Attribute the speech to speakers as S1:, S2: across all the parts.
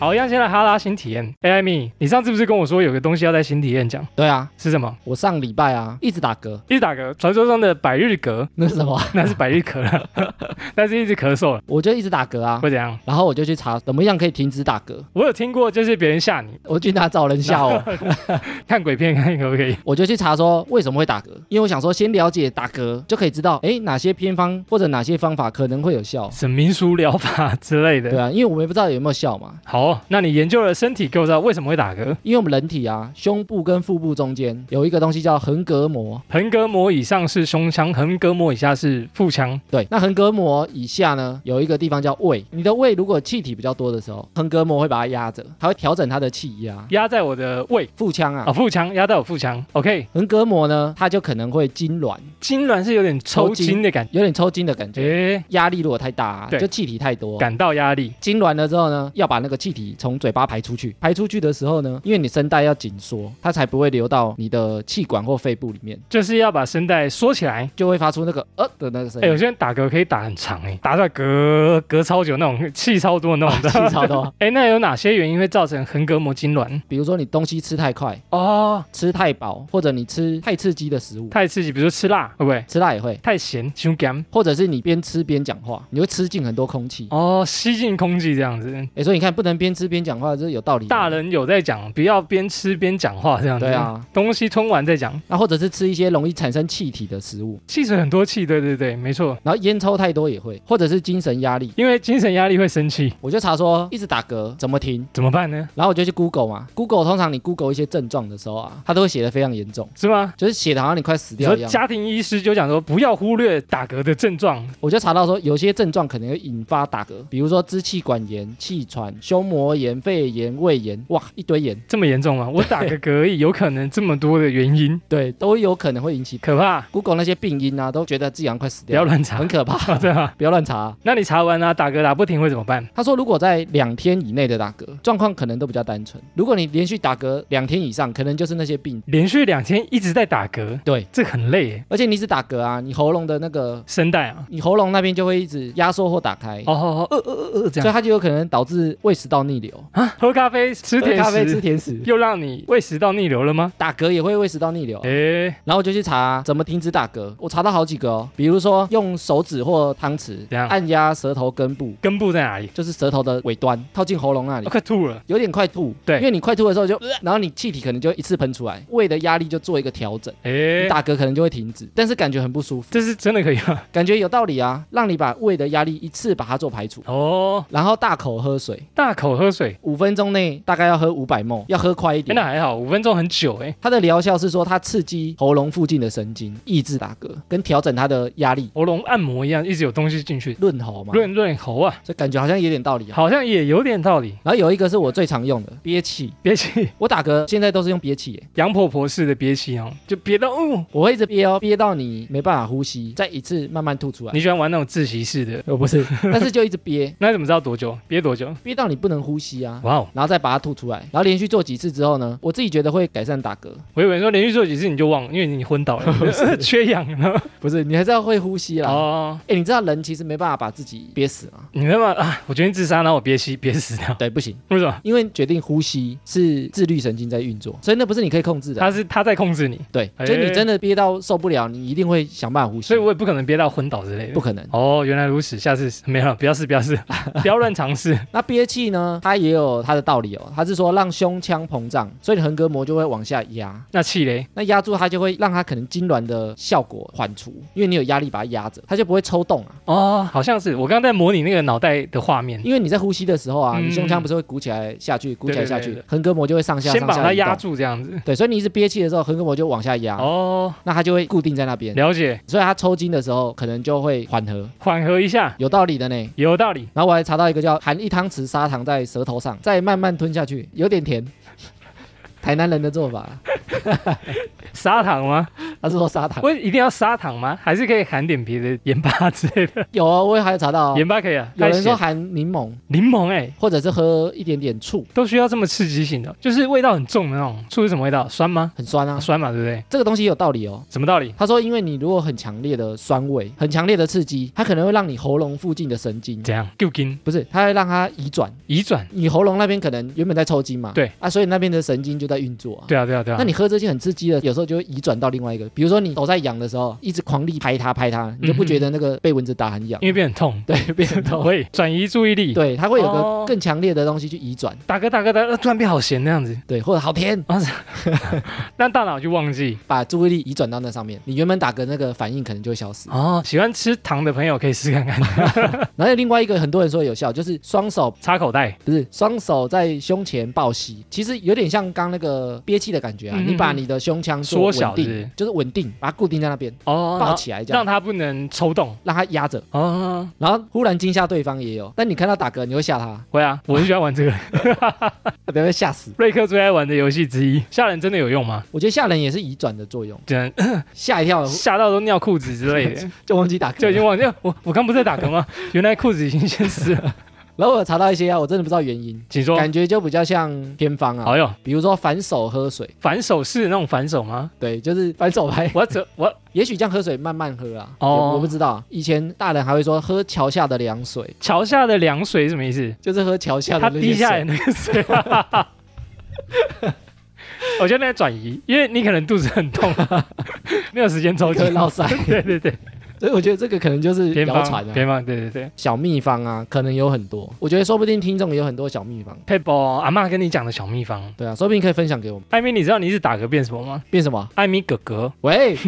S1: 好，一样先来哈拉新体验。哎、艾米，你上次不是跟我说有个东西要在新体验讲，
S2: 对啊，
S1: 是什么？
S2: 我上礼拜啊一直打嗝，
S1: 一直打嗝，传说中的百日嗝，
S2: 那是什么啊？
S1: 那是百日咳了， 但是一直咳嗽了，
S2: 我就一直打嗝啊
S1: 会，怎样？
S2: 然后我就去查怎么样可以停止打嗝，
S1: 我有听过，就是别人吓你，
S2: 我去哪找人笑哦？
S1: 看鬼片看可不可以？
S2: 我就去查说为什么会打嗝，因为我想说先了解打嗝，就可以知道诶哪些偏方或者哪些方法可能会有效。
S1: 什么民俗疗法之类的。
S2: 对啊，因为我们也不知道有没有效嘛，
S1: 好，那你研究了身体构造，为什么会打嗝？
S2: 因为我们人体啊，胸部跟腹部中间有一个东西叫横膈膜，
S1: 横膈膜以上是胸腔，横膈膜以下是腹腔。
S2: 对，那横膈膜以下呢有一个地方叫胃，你的胃如果气体比较多的时候，横膈膜会把它压着，它会调整它的气压。
S1: 压在我的胃
S2: 腹腔啊
S1: 啊、，腹腔压在我腹腔。OK，
S2: 横膈膜呢，它就可能会痉挛，
S1: 痉挛是有点抽
S2: 抽筋
S1: 筋的感
S2: 有点抽筋的感觉。
S1: 觉，诶，
S2: 压力如果太大、啊，
S1: 对
S2: 就气体太多。
S1: 感到压力。
S2: 痉挛了之后呢，要把那个气体从嘴巴排出去。排出去的时候呢，因为你声带要紧缩，它才不会流到你的气管或肺部里面，
S1: 就是要把声带缩起来。
S2: 就会发出那个呃的那个声
S1: 哎、有
S2: 音。
S1: 些人打嗝可以打很长、哎，打出来嗝嗝超久那种，气超多的那种的。
S2: 啊气超多，
S1: 哎、那有哪些原因会造成横膈膜痉挛？
S2: 比如说你东西吃太快、
S1: 哦，
S2: 吃太饱，或者你吃太刺激的食物，
S1: 太刺激，比如说吃辣，会不会？
S2: 吃辣也会，
S1: 太咸，胸干。
S2: 或者是你边吃边讲话，你会吃进很多空气。
S1: 哦，吸进空气这样子。
S2: 哎，所以你看，不能边吃边讲话，这有道理吗。
S1: 大人有在讲，不要边吃边讲话这样子。
S2: 对，啊，
S1: 东西吞完再讲。
S2: 那或者是吃一些容易产生气体的食物，
S1: 汽水很多气，对对对，没错。
S2: 然后烟抽太多也会，或者是精神压力。
S1: 因为精神压力会生气，
S2: 我就查说一直打嗝怎么停，
S1: 怎么办呢？
S2: 然后我就去 Google 嘛，Google 通常你 Google 一些症状的时候啊，它都会写的非常严重，
S1: 是吗？
S2: 就是写的好像你快死
S1: 你
S2: 掉
S1: 说
S2: 一样。
S1: 家庭医师就讲说，不要忽略打嗝的症状，
S2: 我就查到说有些症状可能会引发打嗝，比如说支气管炎、气喘、胸膜炎、肺炎、胃炎，哇，一堆炎，
S1: 这么严重吗？我打个嗝而已，有可能这么多的原因，
S2: 对，都有可能会引起。
S1: 可怕，
S2: Google 那些病因啊，都觉得自己好像快死
S1: 不要
S2: 掉了，
S1: 乱查
S2: 很，可怕，
S1: 对吧？
S2: 不要乱查啊、
S1: 那你查完啊，打嗝打不停会怎么办？
S2: 他说，如果在两天以内的打嗝状况，可能都比较单纯。如果你连续打嗝两天以上，可能就是那些病。
S1: 连续两天一直在打嗝，
S2: 对，
S1: 这很累耶，
S2: 而且你一直打嗝啊，你喉咙的那个，
S1: 声带啊，
S2: 你喉咙那边就会一直压缩或打开，
S1: 哦哦哦，呃呃呃呃，这
S2: 所以
S1: 样
S2: 它就有可能导致胃食道逆流。
S1: 喝咖啡 吃
S2: 啊喝
S1: 甜
S2: 咖啡吃
S1: 食，
S2: 甜食，
S1: 又让你胃食道逆流了吗？
S2: 打嗝也会胃食道逆流。
S1: 诶，
S2: 然后我就去查怎么停止打嗝，我查到好几个哦，比如说用手指或汤匙
S1: 怎样
S2: 按压舌头根部，
S1: 根部在哪里？哦
S2: 就是舌头的尾端靠近喉咙那里
S1: 我、，快吐了。
S2: 有点快吐。
S1: 对
S2: 因为你快吐的时候就，然后你气体可能就一次喷出来，胃的压力就做一个调整。
S1: 诶，
S2: 你打嗝可能就会停止，但是感觉很不舒服，
S1: 这是真的可以吗？
S2: 感觉有道理啊，让你把胃的压力一次把它做排除，
S1: 哦，
S2: 然后大口喝水，
S1: 大口喝水，
S2: 五分钟内大概要喝五百沫，要喝快一
S1: 诶
S2: 点
S1: 那。还好，五分钟很久诶，
S2: 它的疗效是说，它刺激喉咙附近的神经，抑制打嗝，跟调整它的压力，
S1: 喉咙按摩一样，一直有东西进去，
S2: 润喉嘛，
S1: 润润喉啊，
S2: 所以感觉好像有点道理啊。
S1: 好像也有点道理。
S2: 然后有一个是我最常用的憋气，
S1: 憋气，
S2: 我打嗝现在都是用憋气耶，
S1: 杨婆婆式的憋气哦，就憋到哦。
S2: 我会一直憋哦，憋到你没办法呼吸，再一次慢慢吐出来
S1: 你。喜欢玩那种自习式的？
S2: 我不是，但是就一直憋，
S1: 那你怎么知道多久？憋多久？
S2: 憋到你不能呼吸啊。
S1: 哇哦！
S2: 然后再把它吐出来，然后连续做几次之后呢，我自己觉得会改善打嗝，
S1: 我以为说连续做几次你就忘了，因为你昏倒了，缺氧了。
S2: 不是你还是要会呼吸啦。哎、
S1: 哦，
S2: 你知道人其实没办法把自己憋死啊，
S1: 你那么啊，我决定自杀，然后我憋气憋死掉。
S2: 对，不行，
S1: 为什么？
S2: 因为决定呼吸是自律神经在运作，所以那不是你可以控制的啊。
S1: 他是他在控制你，
S2: 对，
S1: 哎
S2: 所以你真的憋到受不了，你一定会想办法呼吸，
S1: 所以我也不可能憋到昏倒之类
S2: 不
S1: 的。
S2: 可能。
S1: 哦，原来如此，下次没有了，不要试，不要试，不要乱尝试。
S2: 那憋气呢，它也有它的道理哦，它是说让胸腔膨胀，所以你横膈膜就会往下压，
S1: 那气嘞？
S2: 那压住它就会让它可能痉挛的效果缓除，因为你有压力把它压着，它就不会抽动啊。
S1: 哦，好像是我刚刚在模拟那个脑袋的画面，
S2: 因为你在呼吸的时候啊，
S1: 嗯
S2: 你胸腔不是会鼓起来下去，鼓起来下
S1: 对对
S2: 去
S1: 对，
S2: 横膈膜就会上下
S1: 先把
S2: 上下
S1: 它
S2: 移
S1: 压
S2: 动
S1: 住这样子。
S2: 对，所以你一直憋气的时候，横膈膜就往下压，
S1: 哦，
S2: 那它就会固定在那边，
S1: 了解，
S2: 所以它抽筋的时候可能就会缓和，
S1: 缓和一下，
S2: 有道理的呢。
S1: 有道理。
S2: 然后我还查到一个叫含一汤匙砂糖在舌头上，再慢慢吞下 去，有点甜。台南人的做法，
S1: 砂糖吗？
S2: 他是说砂糖。
S1: 我一定要砂糖吗？还是可以含点别的盐巴之类的？
S2: 有啊，我也还有查到、哦，
S1: 盐巴可以啊。
S2: 有人说
S1: 太咸
S2: 含柠檬，
S1: 柠檬哎，
S2: 或者是喝一点点醋，
S1: 都需要这么刺激性的，就是味道很重的那种。醋是什么味道？酸吗？
S2: 很酸啊。
S1: 酸嘛，对不对？
S2: 这个东西有道理哦。
S1: 什么道理？
S2: 他说，因为你如果很强烈的酸味，很强烈的刺激，它可能会让你喉咙附近的神经，
S1: 怎样？丢筋
S2: 不是，它会让它移转。
S1: 移转？
S2: 你喉咙那边可能原本在抽筋嘛，
S1: 对
S2: 啊，所以那边的神经就在运作啊。
S1: 对啊，对啊，对啊。
S2: 那你喝这些很刺激的，有时候就会移转到另外一个，比如说你手在痒的时候，一直狂力拍它拍它，你就不觉得那个被蚊子打很痒，
S1: 因为变很痛，
S2: 对，变成痛。
S1: 会转移注意力。
S2: 对，它会有
S1: 哦
S2: 个更强烈的东西去移转，
S1: 打嗝打嗝打嗝，呃突然变好咸那样子，
S2: 对，或者好甜，
S1: 让大脑就忘记。
S2: 把注意力移转到那上面，你原本打嗝那个反应可能就会 消失。
S1: 哦，喜欢吃糖的朋友可以试看看，
S2: 然后另外一个很多人说有效，就是双手
S1: 插口袋。
S2: 不是双手在胸前抱膝，其实有点像刚那个憋气的感觉啊，
S1: 嗯
S2: 你把你的胸腔做
S1: 缩小
S2: 稳
S1: 是不是
S2: 定，就是稳定，把它固定在那边，
S1: 哦，然
S2: 抱
S1: 后
S2: 起来这样
S1: 让。它不能抽动。
S2: 让它压着，
S1: 哦，
S2: 然后忽然惊吓对方也有，但你看他打嗝，你会吓他，
S1: 会啊，我很喜欢玩 这个，
S2: 等会吓死。
S1: 瑞克最爱玩的游戏之一。吓人真的有用吗？
S2: 我觉得吓人也是移转的作用，
S1: 真
S2: 吓一跳
S1: 吓到都尿裤子之 类的，
S2: 就忘记打嗝，
S1: 就已经。忘记了我我刚不是在打嗝吗？原来裤子已经先湿了。
S2: 然后我有查到一些啊，我真的不知道原因，
S1: 请说。
S2: 感觉就比较像偏方啊，
S1: 好哟，
S2: 比如说反手喝水，
S1: 反手是那种反手吗？
S2: 对，就是反手拍，
S1: 我怎我
S2: 也许这样喝水慢慢喝啊。
S1: 哦
S2: 我我不知道，以前大人还会说喝桥下的凉水，
S1: 桥下的凉水是什么意思？
S2: 就是喝桥下
S1: 它
S2: 的那些
S1: 滴下来那
S2: 水。
S1: 个水。 我觉得那转移，因为你可能肚子很痛，啊 没有时间抽
S2: 可
S1: 筋
S2: 能。落腮，
S1: 对对 对，
S2: 所以我觉得这个可能就是
S1: 偏
S2: 谣传
S1: 方
S2: 啊，
S1: 偏方，对对对。
S2: 小秘方啊，可能有很多。我觉得说不定听众也有很多小秘方，
S1: 佩宝阿妈跟你讲的小秘方，
S2: 对啊，说不定可以分享给我们。
S1: 艾米，你知道你是打嗝变什么吗？
S2: 变什么？
S1: 艾米哥哥，
S2: 喂，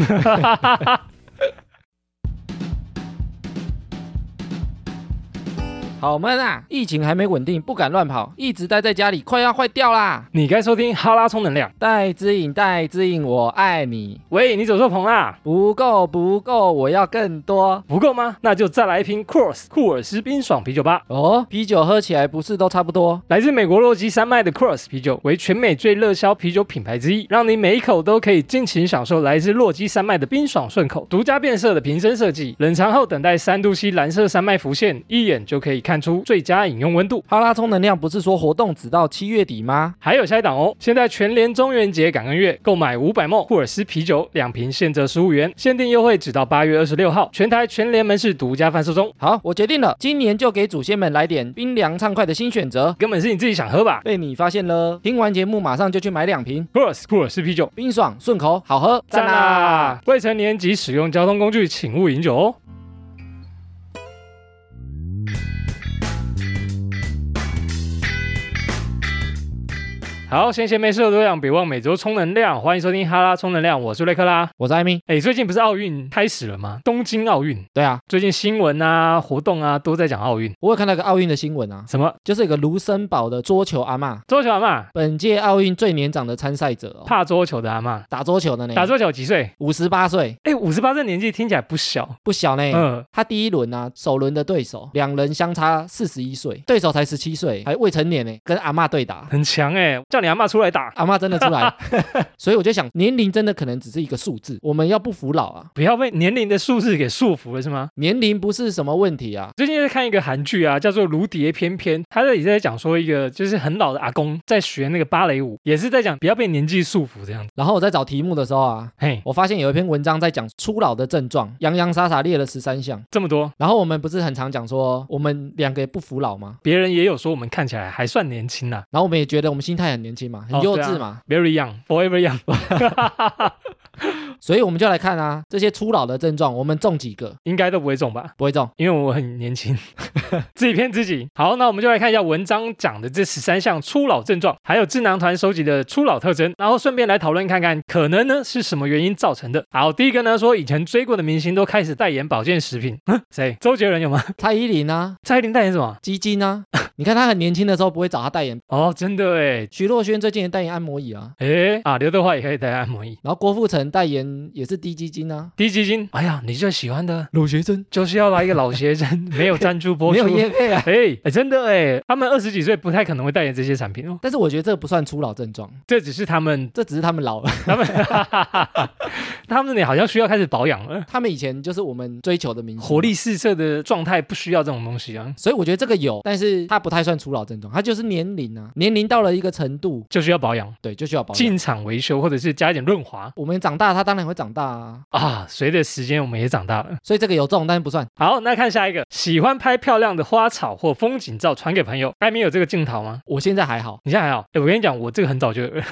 S2: 好闷啊！疫情还没稳定，不敢乱跑，一直待在家里，快要坏掉啦！
S1: 你该收听哈拉充能量。
S2: 戴之颖，戴之颖，我爱你，
S1: 喂，你走错棚啦，
S2: 不够，不够，我要更多
S1: 不够吗？那就再来一瓶 Cross 库尔斯冰爽啤酒吧。
S2: 哦！啤酒喝起来不是都差不多？
S1: 来自美国洛基山脉的 Cross 啤酒为全美最热销啤酒品牌之一，让你每一口都可以尽情享受来自洛基山脉的冰爽顺口。独家变色的瓶身设计，冷藏后等待三度 C 蓝色山脉浮现，一眼就可以看出最佳饮用温度。
S2: 哈拉充能量不是说活动只到七月底吗？
S1: 还有下一档哦！现在全联中元节感恩月购买五百梦库尔斯啤酒两瓶，现折十五元，限定优惠只到八月二十六号，全台全联门市独家贩售中。
S2: 好，我决定了，今年就给祖先们来点冰凉畅快的新选择。
S1: 根本是你自己想喝吧
S2: 被你发现了，听完节目马上就去买两瓶，
S1: c o u r s 库尔斯啤酒，
S2: 冰爽顺口，好喝，啊
S1: 赞！啊啦！未成年及使用交通工具，请勿饮酒哦。好，闲闲没事的多养，别忘每周充能量。欢迎收听哈拉充能量，我是瑞克啦。
S2: 我是艾米。
S1: 哎，最近不是奥运开始了吗？东京奥运，
S2: 对啊，
S1: 最近新闻啊、活动啊都在讲奥运。
S2: 我有看到一个奥运的新闻啊，
S1: 什么
S2: 就是有个卢森堡的桌球阿嬷，
S1: 桌球阿妈？
S2: 本届奥运最年长的参赛者哦，
S1: 怕桌球的阿妈，
S2: 打桌球的呢，
S1: 打桌球几岁？
S2: 五十八岁，
S1: 哎，五十八这年纪听起来不小。
S2: 不小呢。
S1: 嗯，
S2: 他第一轮啊，首轮的对手两人相差四十一岁，对手才十七岁，还未成年呢，跟阿嬷对打，
S1: 很强哎，叫你阿妈出来打，
S2: 阿嬷真的出 来，所以我就想，年龄真的可能只是一个数字，我们要不服老啊，
S1: 不要被年龄的数字给束缚了是吗？
S2: 年龄不是什么问题啊，
S1: 最近在看一个韩剧啊，叫做《如蝶翩翩》，他这里在讲说一个就是很老的阿公在学那个芭蕾舞，也是在讲不要被年纪束缚这样子。
S2: 然后我在找题目的时候啊，
S1: 嘿，
S2: 我发现有一篇文章在讲初老的症状，洋洋洒洒列了十三项。
S1: 这么多，
S2: 然后我们不是很常讲说我们两个也不服老吗？
S1: 别人也有说我们看起来还算年轻啊啦、
S2: 然后我们也觉得我们心态很年轻嘛，很
S1: 哦
S2: 幼
S1: 对啊
S2: 稚嘛，
S1: v e r y young, forever young。
S2: 所以我们就来看啊这些初老的症状，我们中几个
S1: 应该都不会中吧？
S2: 不会中？
S1: 因为我很年轻， 自己骗自己。好，那我们就来看一下文章讲的这十三项初老症状，还有智囊团收集的初老特征，然后顺便来讨论看看，可能呢是什么原因造成的。好，第一个呢说以前追过的明星都开始代言保健食品， 哼谁？周杰伦有吗？
S2: 蔡依林啊，
S1: 蔡依林代言什么？
S2: 基金啊，你看她很年轻的时候不会找她代言，
S1: 哦，真的哎，
S2: 徐若瑄最近也代言按摩椅啊，
S1: 哎啊，刘德华也可以代言按摩椅。
S2: 然后郭富城代言人也是低基金啊，
S1: 低基金，哎呀，你最喜欢的
S2: 老学生
S1: 就是要来一个老学生，没有赞助播
S2: 没
S1: 出
S2: 有， 业配啊。
S1: 哎、哎真的哎、他们二十几岁不太可能会代言这些产品哦，
S2: 但是我觉得这不算初老症状，
S1: 这只是他们
S2: 这只是他们老了。
S1: 他们他们也好像需要开始保养了，
S2: 他们以前就是我们追求的明星
S1: 活力。四射的状态不需要这种东西啊，
S2: 所以我觉得这个有，但是它不太算初老症状，它就是年龄啊，年龄到了一个程度，
S1: 就需要保养，
S2: 对，就需要保养。
S1: 进场维修或者是加一点润滑
S2: 我们长大，它当然会长大啊，
S1: 啊。随着时间，我们也长大了。
S2: 所以这个有中，但是不算。
S1: 好，那看下一个，喜欢拍漂亮的花草或风景照传给朋友。艾米有这个镜头吗？
S2: 我现在还好，
S1: 你现在还好？哎，我跟你讲，我这个很早就有 了，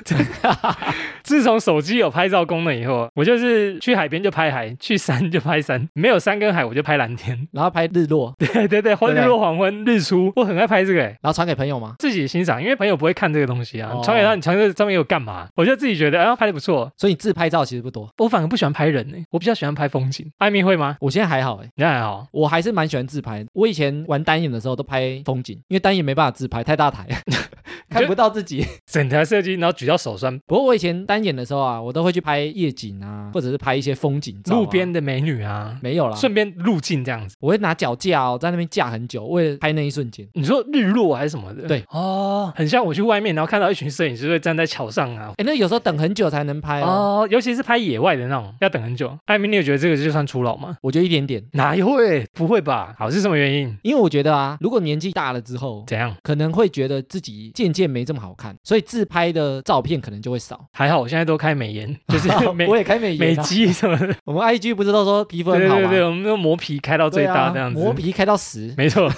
S1: 自从手机有拍照功能以后，我就是去海边就拍海，去山就拍山，没有山跟海我就拍蓝天。
S2: 然后拍日落，
S1: 对对对，或日落、黄昏、日出，我很爱拍这个哎。
S2: 然后传给朋友吗？
S1: 自己欣赏，因为朋友不会看这个东西啊。
S2: 哦
S1: 你传给他，你传这上面有干嘛？我就自己觉得，哎、拍的不错。
S2: 所以你自拍照其实不多，
S1: 我反而不喜欢拍人呢、我比较喜欢拍风景。艾米会吗？
S2: 我现在还好哎、
S1: 你哦还好，
S2: 我还是蛮喜欢自拍的。我以前玩单眼的时候都拍风景，因为单眼没办法自拍，太大台， 看不到自己。
S1: 整台设计，然后举到手酸，
S2: 不过我以前单眼的时候啊，我都会去拍夜景啊，或者是拍一些风景照啊、
S1: 路边的美女啊，
S2: 没有啦，
S1: 顺便路径这样子。
S2: 我会拿脚架哦，在那边架很久，为了拍那一瞬间。
S1: 你说日落还是什么的？
S2: 对，
S1: 哦，很像我去外面，然后看到一群摄影师会站在桥上啊。
S2: 哎，那有时候等很久才能拍哦，
S1: 哦，尤其是拍野外的那种，要等很久。艾米，你有觉得这个就算初老吗？
S2: 我觉得一点点，
S1: 哪会？不会吧？好，是什么原因？
S2: 因为我觉得啊，如果年纪大了之后。
S1: 怎样？
S2: 可能会觉得自己渐渐没这么好看，所以自拍的照片可能就 会少。
S1: 还好我现在都开美颜，就是美
S2: 我也开美
S1: 美
S2: 颜、啊，
S1: 肌什么的。
S2: 我们 IG 不是都说皮肤很
S1: 对
S2: 好吗？
S1: 对对，我们用磨皮开到最
S2: 对
S1: 大
S2: 啊
S1: 这样子，
S2: 磨皮开到十，
S1: 没 错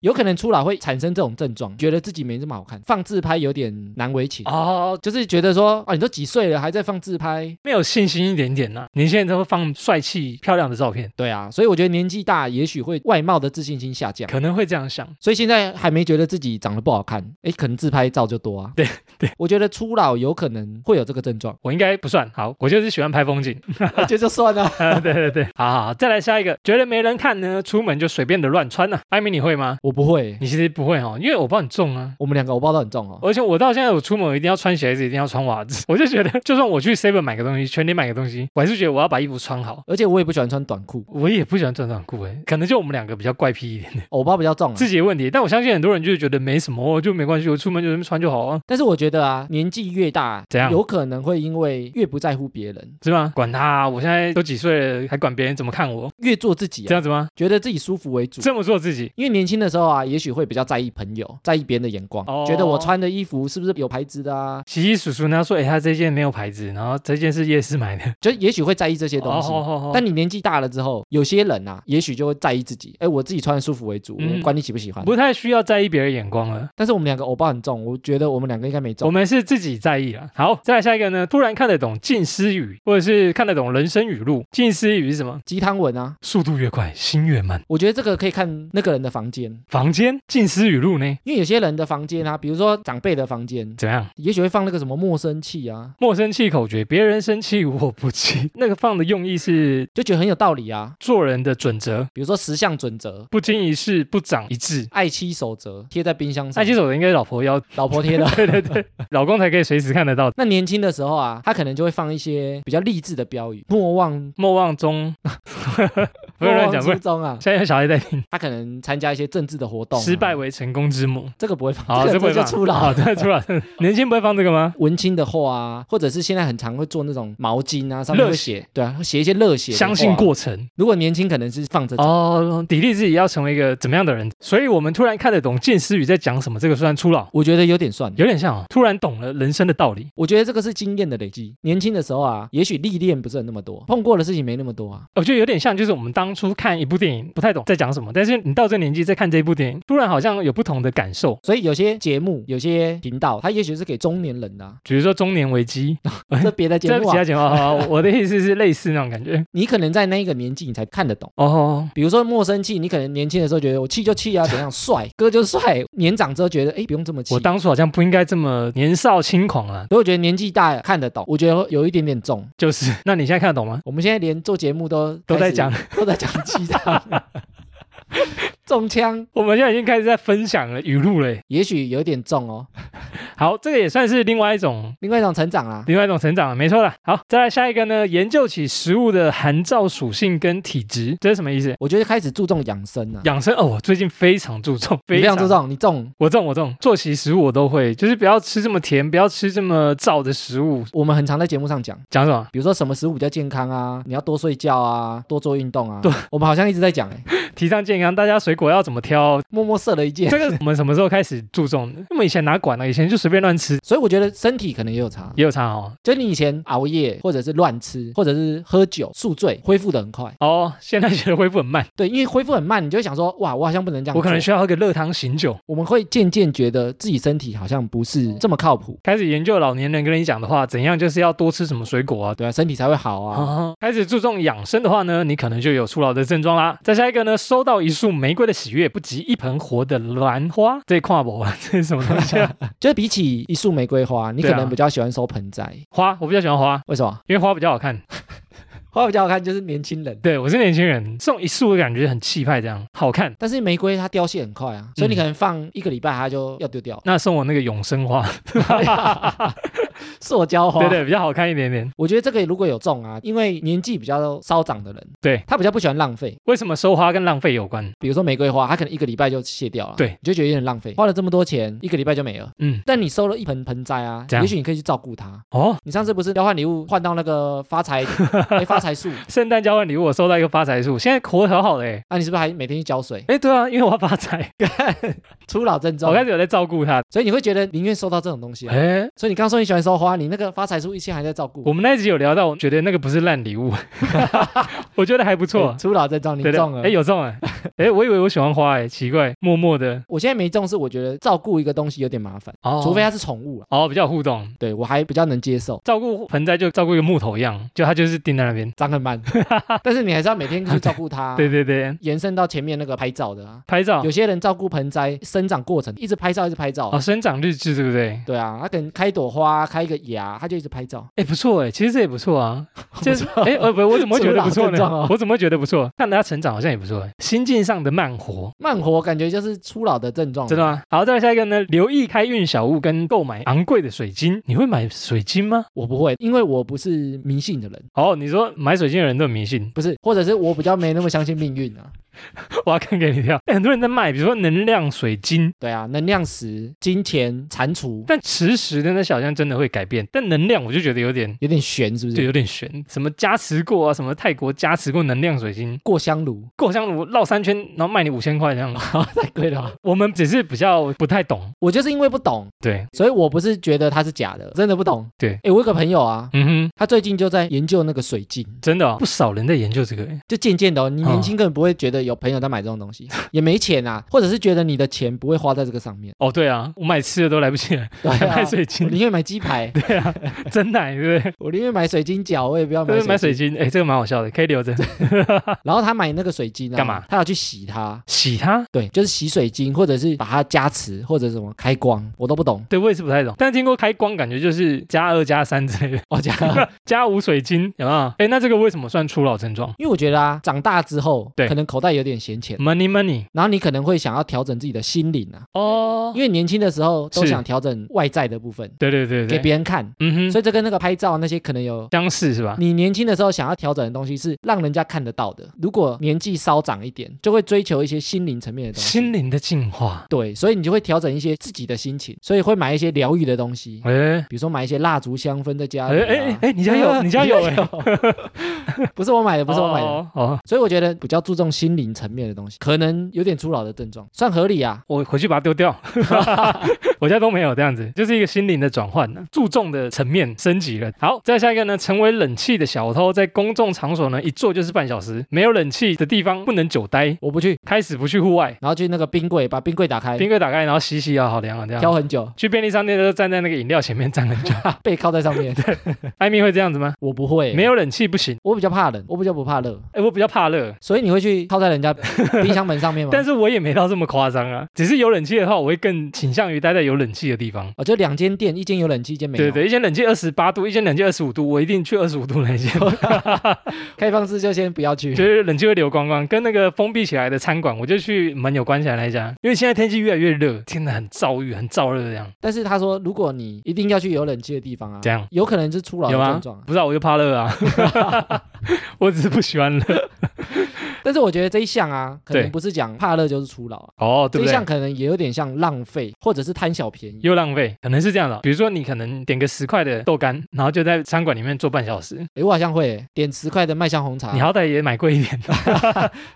S2: 有可能初老会产生这种症状，觉得自己没这么好看，放自拍有点难为情。
S1: 哦，
S2: 就是觉得说啊，你都几岁了还在放自拍？
S1: 没有信心一点点啊呐、年轻人都会放帅气漂亮的照片，
S2: 对啊，所以我觉得年纪大也许会外貌的自信心下降，
S1: 可能会这样想。
S2: 所以现在还没觉得自己长得不好看，诶，可能自拍照就多啊。
S1: 对
S2: 对，我觉得初老有可能会有这个
S1: ，
S2: 症状
S1: 我应该不算好，我就是喜欢拍风景。
S2: 我觉得就算了。
S1: 啊对对 对，好好好，再来下一个，觉得没人看呢，出门就随便的乱穿呐、艾米，你会吗？
S2: 我不会，
S1: 你其实不会哦，因为我帮你重啊。
S2: 我们两个我包都很重哦。
S1: 而且我到现在，我出门我一定要穿鞋子，一定要穿袜子。我 就觉得，就算我去 Seven 买个东西，全年买个东西，我还是觉得我要把衣服穿好。
S2: 而且我也不喜欢穿短裤，
S1: 我也不喜欢穿短裤，诶，欸可能就我们两个比较怪癖一点。
S2: 偶包比较重、啊。
S1: 自己的问题，但我相信很多人就是觉得没什么，哦就没关系，我出门就这么穿就好啊，
S2: 但是我觉得啊，年纪越大，
S1: 怎样
S2: 有可能会因为越不在乎别人，
S1: 是吗？管他啊、我现在都几岁了，还管别人怎么看我，
S2: 越做自己、
S1: 这
S2: 啊，
S1: 样子吗？
S2: 觉得自己舒服为主。
S1: 这么做自己，
S2: 因为年轻的时候啊，也许会比较在意朋友，在意别人的眼光，
S1: 哦
S2: 觉得我穿的衣服是不是有牌子的啊，
S1: 洗洗数数，然后说，哎、他这件没有牌子，然后这件是夜市买的，
S2: 就也许会在意这些东西。
S1: 哦哦哦
S2: 但你年纪大了之后，有些人啊，也许就会在意自己，哎，我自己穿的舒服为主，
S1: 嗯
S2: 我管你喜不喜欢。
S1: 不太需要在意别人眼光了。
S2: 但是我们两个欧巴很重，我觉得我们两个应该没
S1: 我
S2: 中。
S1: 们是自己在意了。啊好，再来下一个呢？突然看得懂近思语，或者是看得懂人生语录。近思语是什么？
S2: 鸡汤文啊，
S1: 速度越快，心越慢。
S2: 我觉得这个可以看那个人的房间，
S1: 房间近思语录呢？
S2: 因为有些人的房间啊，比如说长辈的房间，
S1: 怎么样？
S2: 也许会放那个什么莫生气啊，
S1: 莫生气口诀：别人生气我不气。那个放的用意是
S2: 就觉得很有道理啊。
S1: 做人的准则，
S2: 比如说十项准则、
S1: 不经一事不长一智。
S2: 爱妻守则，贴在冰箱上，
S1: 爱妻守则应该是老婆要，
S2: 老婆贴的
S1: 。对对对，老公才可以随时看得到。
S2: 那年轻的时候啊，他可能就会放一些比较励志的标语，莫忘
S1: 莫忘中，不
S2: 莫
S1: 要乱
S2: 忘
S1: 讲，不
S2: 初
S1: 然
S2: 衷啊。
S1: 现在有小孩在听，
S2: 他可能参加一些政治的活动、啊
S1: 失败，为成功之母。
S2: 这个不会放，
S1: 好，
S2: 这
S1: 不会
S2: 个
S1: 放
S2: 就出老
S1: 好这出了。 年轻不会放这个吗？
S2: 文青的话啊，或者是现在很常会做那种毛巾啊，上面
S1: 热
S2: 会
S1: 血
S2: 写，对啊，会写一些热血。
S1: 相信，过程
S2: 如果年轻可能是放着。
S1: 哦，砥砺自己要成为一个怎么样的人，所以我们突然看得懂近思语在讲什么，这个算初老，
S2: 我觉得有点算，
S1: 有点像哦，突然懂了人生的道理。
S2: 我觉得这个是经验的累积。年轻的时候啊，也许历练不是很那么多，碰过的事情没那么多啊。
S1: 我觉得有点像，哦就是我们当初看一部电影不太懂在讲什么，但是你到这年纪再看这部电影，突然好像有不同的感受。，
S2: 所以有些节目、有些频道，它也许是给中年人的、啊
S1: 比如说中年危机，
S2: 这别的节
S1: 哎这
S2: 目
S1: 其
S2: 啊
S1: 他，节目，好好好我的意思是类似那种感 觉。
S2: 你可能在那个年纪你才看得懂。
S1: 哦，
S2: 比如说莫生气，你可能年轻的时候觉得我气 就气啊，怎样帅哥就帅，年长之后觉得哎不用这么气。
S1: 我当初好像不应该这么年少轻狂啊，
S2: 所以我觉得年纪大看得懂，我觉得有一点点重。
S1: 就是。那你现在看得懂吗？
S2: 我们现在连做节目都
S1: 都
S2: 开
S1: 在
S2: 始
S1: 讲，
S2: 都在讲鸡汤。 中枪，
S1: 我们现在已经开始在分享了语录了耶。
S2: 也许有点重哦。
S1: 好，这个也算是另外一种
S2: 另外一种成长啊啦，
S1: 另外一种成长了，没错啦。好，再来下一个呢，研究起食物的含皂属性跟体质，这是什么意思？
S2: 我觉得开始注重养生了。
S1: 养生哦，我最近非常注重，
S2: 你非常注。重，你重。
S1: 我重我重，作息食物我都会，就是不要吃这么甜，不要吃这么燥的食物。
S2: 我们很常在节目上讲，
S1: 讲什么？
S2: 比如说什么食物比较健康啊，你要多睡觉啊，多做运动啊。我们好像一直在讲、欸，
S1: 提倡健康，大家水果要怎么挑？
S2: 默默射了一箭。
S1: 这个我们什么时候开始注重的？我们以前哪管呢？以前就随便乱吃，
S2: 所以我觉得身体可能也有差，
S1: 也有差哦。
S2: 就你以前熬夜或者是乱吃，或者是喝酒宿醉，恢复的很快。
S1: 哦，现在觉得恢复很慢，
S2: 对，因为恢复很慢，你就会想说，哇，我好像不能这样做。
S1: 我可能需要喝个热汤醒酒。
S2: 我们会渐渐觉得自己身体好像不是这么靠谱，
S1: 开始研究老年人跟你讲的话，怎样就是要多吃什么水果啊。
S2: 对啊，身体才会好啊。
S1: 哦，开始注重养生的话呢，你可能就有初老的症状啦。再下一个呢，收到一束玫瑰的喜悦，不及一盆活的兰花。这跨博啊， 这是什么东西啊？
S2: 就是比起一束玫瑰花，你可
S1: 对啊
S2: 能比较喜欢收盆栽，
S1: 花，我比较喜欢花，
S2: 为什么？
S1: 因为花比较好看。
S2: 花比较好看，就是年轻人。
S1: 对我是年轻人，送一束的感觉很气派，这样好看。
S2: 但是玫瑰它凋谢很快啊，所以你可能放一个礼拜它就要丢掉了。
S1: 那送我那个永生 花，
S2: 塑胶花，
S1: 对对，比较好看一点点。
S2: 我觉得这个如果有中啊，因为年纪比较稍长的人，
S1: 对
S2: 他比较不喜欢浪费。
S1: 为什么收花跟浪费有关？
S2: 比如说玫瑰花，它可能一个礼拜就谢掉了，
S1: 对
S2: 你就觉得有点浪费，花了这么多钱，一个礼拜就没了。
S1: 嗯，
S2: 但你收了一盆盆栽啊，
S1: 怎样
S2: 也许你可以去照顾它。
S1: 哦，
S2: 你上次不是交换礼物换到那个 发财、哎发财树
S1: 圣诞交换礼物我收到一个发财树，现在活得好好的哎。
S2: 啊？你是不是还每天去浇水？
S1: 哎，对啊，因为我要发财，
S2: 初老症
S1: 我
S2: 状，
S1: 开始有在照顾它。
S2: 所以你会觉得宁愿收到这种东西、啊。
S1: 哎，
S2: 所以你刚说你喜欢收花，你那个发财树一切还在照顾。
S1: 我们那一集有聊到，我觉得那个不是烂礼 物，我觉得还不错
S2: 哎。初老症状你
S1: 对
S2: 中
S1: 的，
S2: 了。
S1: 哎，有中哎，哎，我以为我喜欢花哎，奇怪，默默的
S2: 我现在没中是我觉得照顾一个东西有点麻烦，
S1: 哦，
S2: 除非它是宠物啊。
S1: 哦比较有互动，
S2: 对我还比较能接受，
S1: 照顾盆栽就照顾一个木头一样，就它就是钉在那边。
S2: 长很 慢，但是你还是要每天去照顾它。啊
S1: 对，对对，
S2: 延伸到前面那个拍照的啊，
S1: 拍照
S2: 有些人照顾盆栽生长过程，一直拍照，一直拍照。
S1: 哦，生长日志对不对？
S2: 对啊，他可能开一朵花，开一个芽，他就一直拍照。
S1: 哎，不错哎，其实这也不错 啊。就是哎，呃不，我怎么会觉得不错
S2: 初老症状
S1: 呢
S2: 哦？
S1: 我怎么会觉得不错？看他成长好像也不错哎。心境上的慢活，
S2: 慢活感觉就是初老的症状，啊
S1: 真的？吗？好，再来下一个呢，留意开运小物跟购买昂贵的水晶。你会买水晶吗？
S2: 我不会，因为我不是迷信的人，
S1: 哦，你说买水晶的人都很迷信，
S2: 不是，或者是我比较没那么相信命运啊。
S1: 我要看给你跳。哎很多人在卖，比如说能量水晶，
S2: 对啊，能量石、金钱、蟾蜍，
S1: 但磁石的那小像真的会改变，但能量我就觉得有点。
S2: 有点悬，是不？
S1: 就是有点悬，什么加持过啊，什么泰国加持过能量水晶，
S2: 过香炉
S1: 过香炉绕三圈，然后卖你五千块这样。
S2: 太贵了吧，
S1: 我们只是比较不太懂，
S2: 我就是因为不懂，
S1: 对，
S2: 所以我不是觉得它是假的，真的不懂。
S1: 对
S2: 哎，我有个朋友啊，
S1: 嗯哼，
S2: 他最近就在研究那个水晶，
S1: 真的、哦、不少人在研究这个，
S2: 就渐渐的、哦，你
S1: 哦
S2: 年轻根本不会觉得有朋友在买这种东西， 也没钱啊，或者是觉得你的钱不会花在这个上面。
S1: 哦，对啊，我买吃的都来不 及了，
S2: 对
S1: 还
S2: 啊
S1: 买水
S2: 我
S1: 晶、
S2: 宁愿买鸡排，
S1: 真奶，对不对？
S2: 我宁愿买水晶饺，我也不要买
S1: 就是
S2: 水
S1: 买水
S2: 晶。
S1: 晶，哎，这个蛮好笑的，可以留着
S2: 然后他买那个水晶啊，
S1: 干嘛？
S2: 他要去洗它，
S1: 洗它。
S2: 对，就是洗水晶，或者是把它加持，或者什么开光，我都不懂。
S1: 对，我也是不太懂，但听过开光，感觉就是加二加三之类的，
S2: 我讲，
S1: 加无水晶，有没有？哎，那这个为什么算初老症状
S2: 因为我觉得啊，长大之后，
S1: 对
S2: 可能口袋有点闲钱，
S1: ？Money money，
S2: 然后你可能会想要调整自己的心灵啊，
S1: 哦，
S2: 因为年轻的时候都
S1: 是
S2: 想调整外在的部分
S1: 对对对
S2: 给
S1: 对，
S2: 别人看，
S1: 嗯啊哼，
S2: 所以这跟那个拍照那些可能有
S1: 相似是吧？
S2: 你年轻的时候想要调整的东西是让人家看得到的，如果年纪稍长一点，就会追求一些心灵层面的东西。
S1: 心灵的进化，
S2: 对，所以你就会调整一些自己的心情，所以会买一些疗愈的东西，
S1: 哎
S2: 比如说买一些蜡烛、香氛在家
S1: 哎
S2: 里、啊。
S1: 哎哎，你家 有，你家有哎，
S2: 不是我买的，不是我买的。
S1: 哦哦，哦
S2: 所以我觉得比较注重心灵层面的东西，可能有点初老的症状，算合理啊。
S1: 我回去把它丢 掉，我家都没有这样子，就是一个心灵的转换、啊，注重的层面升级了。好，再下一个呢，成为冷气的小偷，在公众场所呢一坐就是半小时，没有冷气的地方不能久待，
S2: 我不去，
S1: 开始不去户外，
S2: 然后去那个冰柜把冰柜打开，
S1: 冰柜打开，然后洗洗啊，好凉啊，这
S2: 挑
S1: 样。
S2: 很久，
S1: 去便利商店都站在那个饮料前面站很久，
S2: 背靠在上 面。
S1: 艾米会这样子吗？
S2: 我不会，
S1: 没，有冷气不行，
S2: 我比较怕冷，我比较不怕热，
S1: 哎，我比较怕热。
S2: 所以你会去靠在人 家冰箱门上面吗？
S1: 但是我也没到这么夸张啊，只是有冷气的话，我会更倾向于待在有冷气的地方。
S2: 哦，就两间店，一间有冷气，一间没有。
S1: 对对，一间冷气二十八度，一间冷气二十五度，我一定去二十五度那一间，
S2: 开放式就先不要
S1: 就
S2: 去。
S1: 是冷气会流光光，跟那个封闭起来的餐馆，我就去门有关起来那一家，因为现在天气越来越热，天的很躁郁，很燥热这样，
S2: 但是他说，如果你一定要去有冷气的地方啊，
S1: 这样
S2: 有可能是初老的
S1: 有吗
S2: 症状啊。
S1: 不知道我就怕热啊， 我只是不喜欢热，
S2: 但是我觉得这一项啊，可
S1: 对
S2: 能不是讲怕热就是初老啊，
S1: 哦，对
S2: 这
S1: 不
S2: 一
S1: 对
S2: 项？可能也有点像浪费，或者是贪小便宜。
S1: 又浪费，可能是这样的。比如说，你可能点个十块的豆干，然后就在餐馆里面坐半小时，
S2: 诶，我好像会耶点十块的麦香红茶
S1: 你，好歹也买贵一点 的。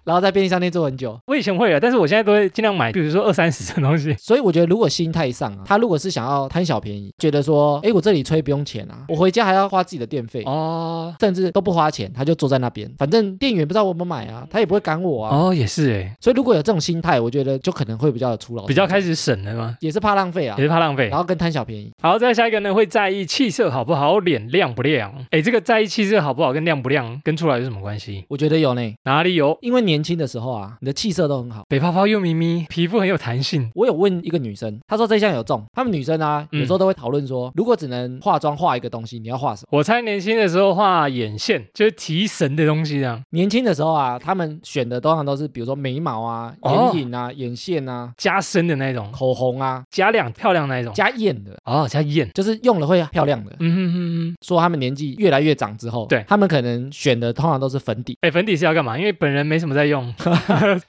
S2: 然后在便利商店坐很久。
S1: 我以前会啊，但是我现在都会尽量买，比如说二三十的东西。
S2: 所以我觉得，如果心态上啊，他如果是想要贪小便宜，觉得说，诶，我这里吹不用钱啊，我回家还要花自己的电费，
S1: 哦
S2: 甚至都不花钱，他就坐在那边，反正店员不知道我有没有买啊，他也不会赶我啊。
S1: 哦，也是哎，
S2: 所以如果有这种心态，我觉得就可能会比较有初老，
S1: 比较开始省了嘛，
S2: 也是怕浪费啊
S1: 也，是怕浪费
S2: 然。后跟贪小便宜。
S1: 好，再下一个呢，会在意气色好不好，脸亮不亮？哎，这个在意气色好不好跟亮不亮跟出来有什么关系？
S2: 我觉得有呢，
S1: 哪里有？
S2: 因为年轻的时候啊，你的气色都很好。
S1: 北泡泡又咪咪，皮肤很有弹性。
S2: 我有问一个女生，她说这项有中。她们女生啊，
S1: 嗯
S2: 有时候都会讨论说，如果只能化妆画一个东西，你要画什么？
S1: 我猜年轻的时候画眼线，就是提神的东西这样。
S2: 年轻的时候啊，她们选的通常都是比如说眉毛啊、
S1: 哦
S2: 眼影啊、眼线啊、
S1: 加深的那种，
S2: 口红啊，
S1: 加亮漂亮那一种，
S2: 加艳的，
S1: 哦加艳，
S2: 就是用了会漂亮的。
S1: 嗯哼哼哼。
S2: 说她们年纪越来越长之后，
S1: 对
S2: 她们可能选的通常都是粉底，
S1: 哎，粉底是要干嘛？因为本人没什么在 用，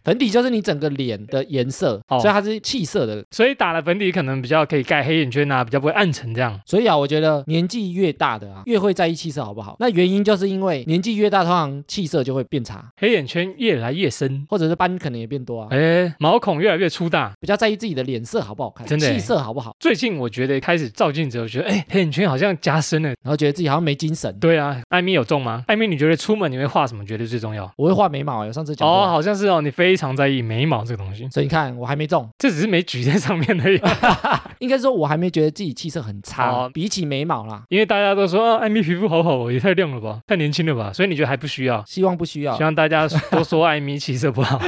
S2: 粉底就是你整个脸的颜色，
S1: 哦
S2: 所以它是气色的。
S1: 所以打了粉底可能比较可以盖黑眼圈啊，比较不会暗沉这样。
S2: 所以啊，我觉得年纪越大的啊，越会在意气色好不好？那原因就是因为年纪越大，通常气色就会变差，
S1: 黑眼圈越来越深，
S2: 或者是斑可能也变多啊。
S1: 哎，毛孔越来越粗大。
S2: 比较在意自己的脸色好不好看，
S1: 真的欸
S2: 气色好不好，
S1: 最近我觉得开始照镜子，我觉得哎，黑眼圈好像加深了。
S2: 然后觉得自己好像没精神。
S1: 对啊，艾米有中吗？艾米，你觉得出门你会画什么？觉得最重要？
S2: 我会画眉毛欸，我上次讲过。
S1: 哦，好像是哦，你非常在意眉毛这个东西，
S2: 所以你看，我还没中，
S1: 这只是没举在上面 而已。
S2: 应该说我还没觉得自己气色很差，
S1: 哦
S2: 比起眉毛啦，
S1: 因为大家都说、啊、艾米皮肤好好哦，也太亮了吧，太年轻了吧，所以你觉得还不需要？
S2: 希望不需要
S1: 希。望大家多说艾米气色不 好，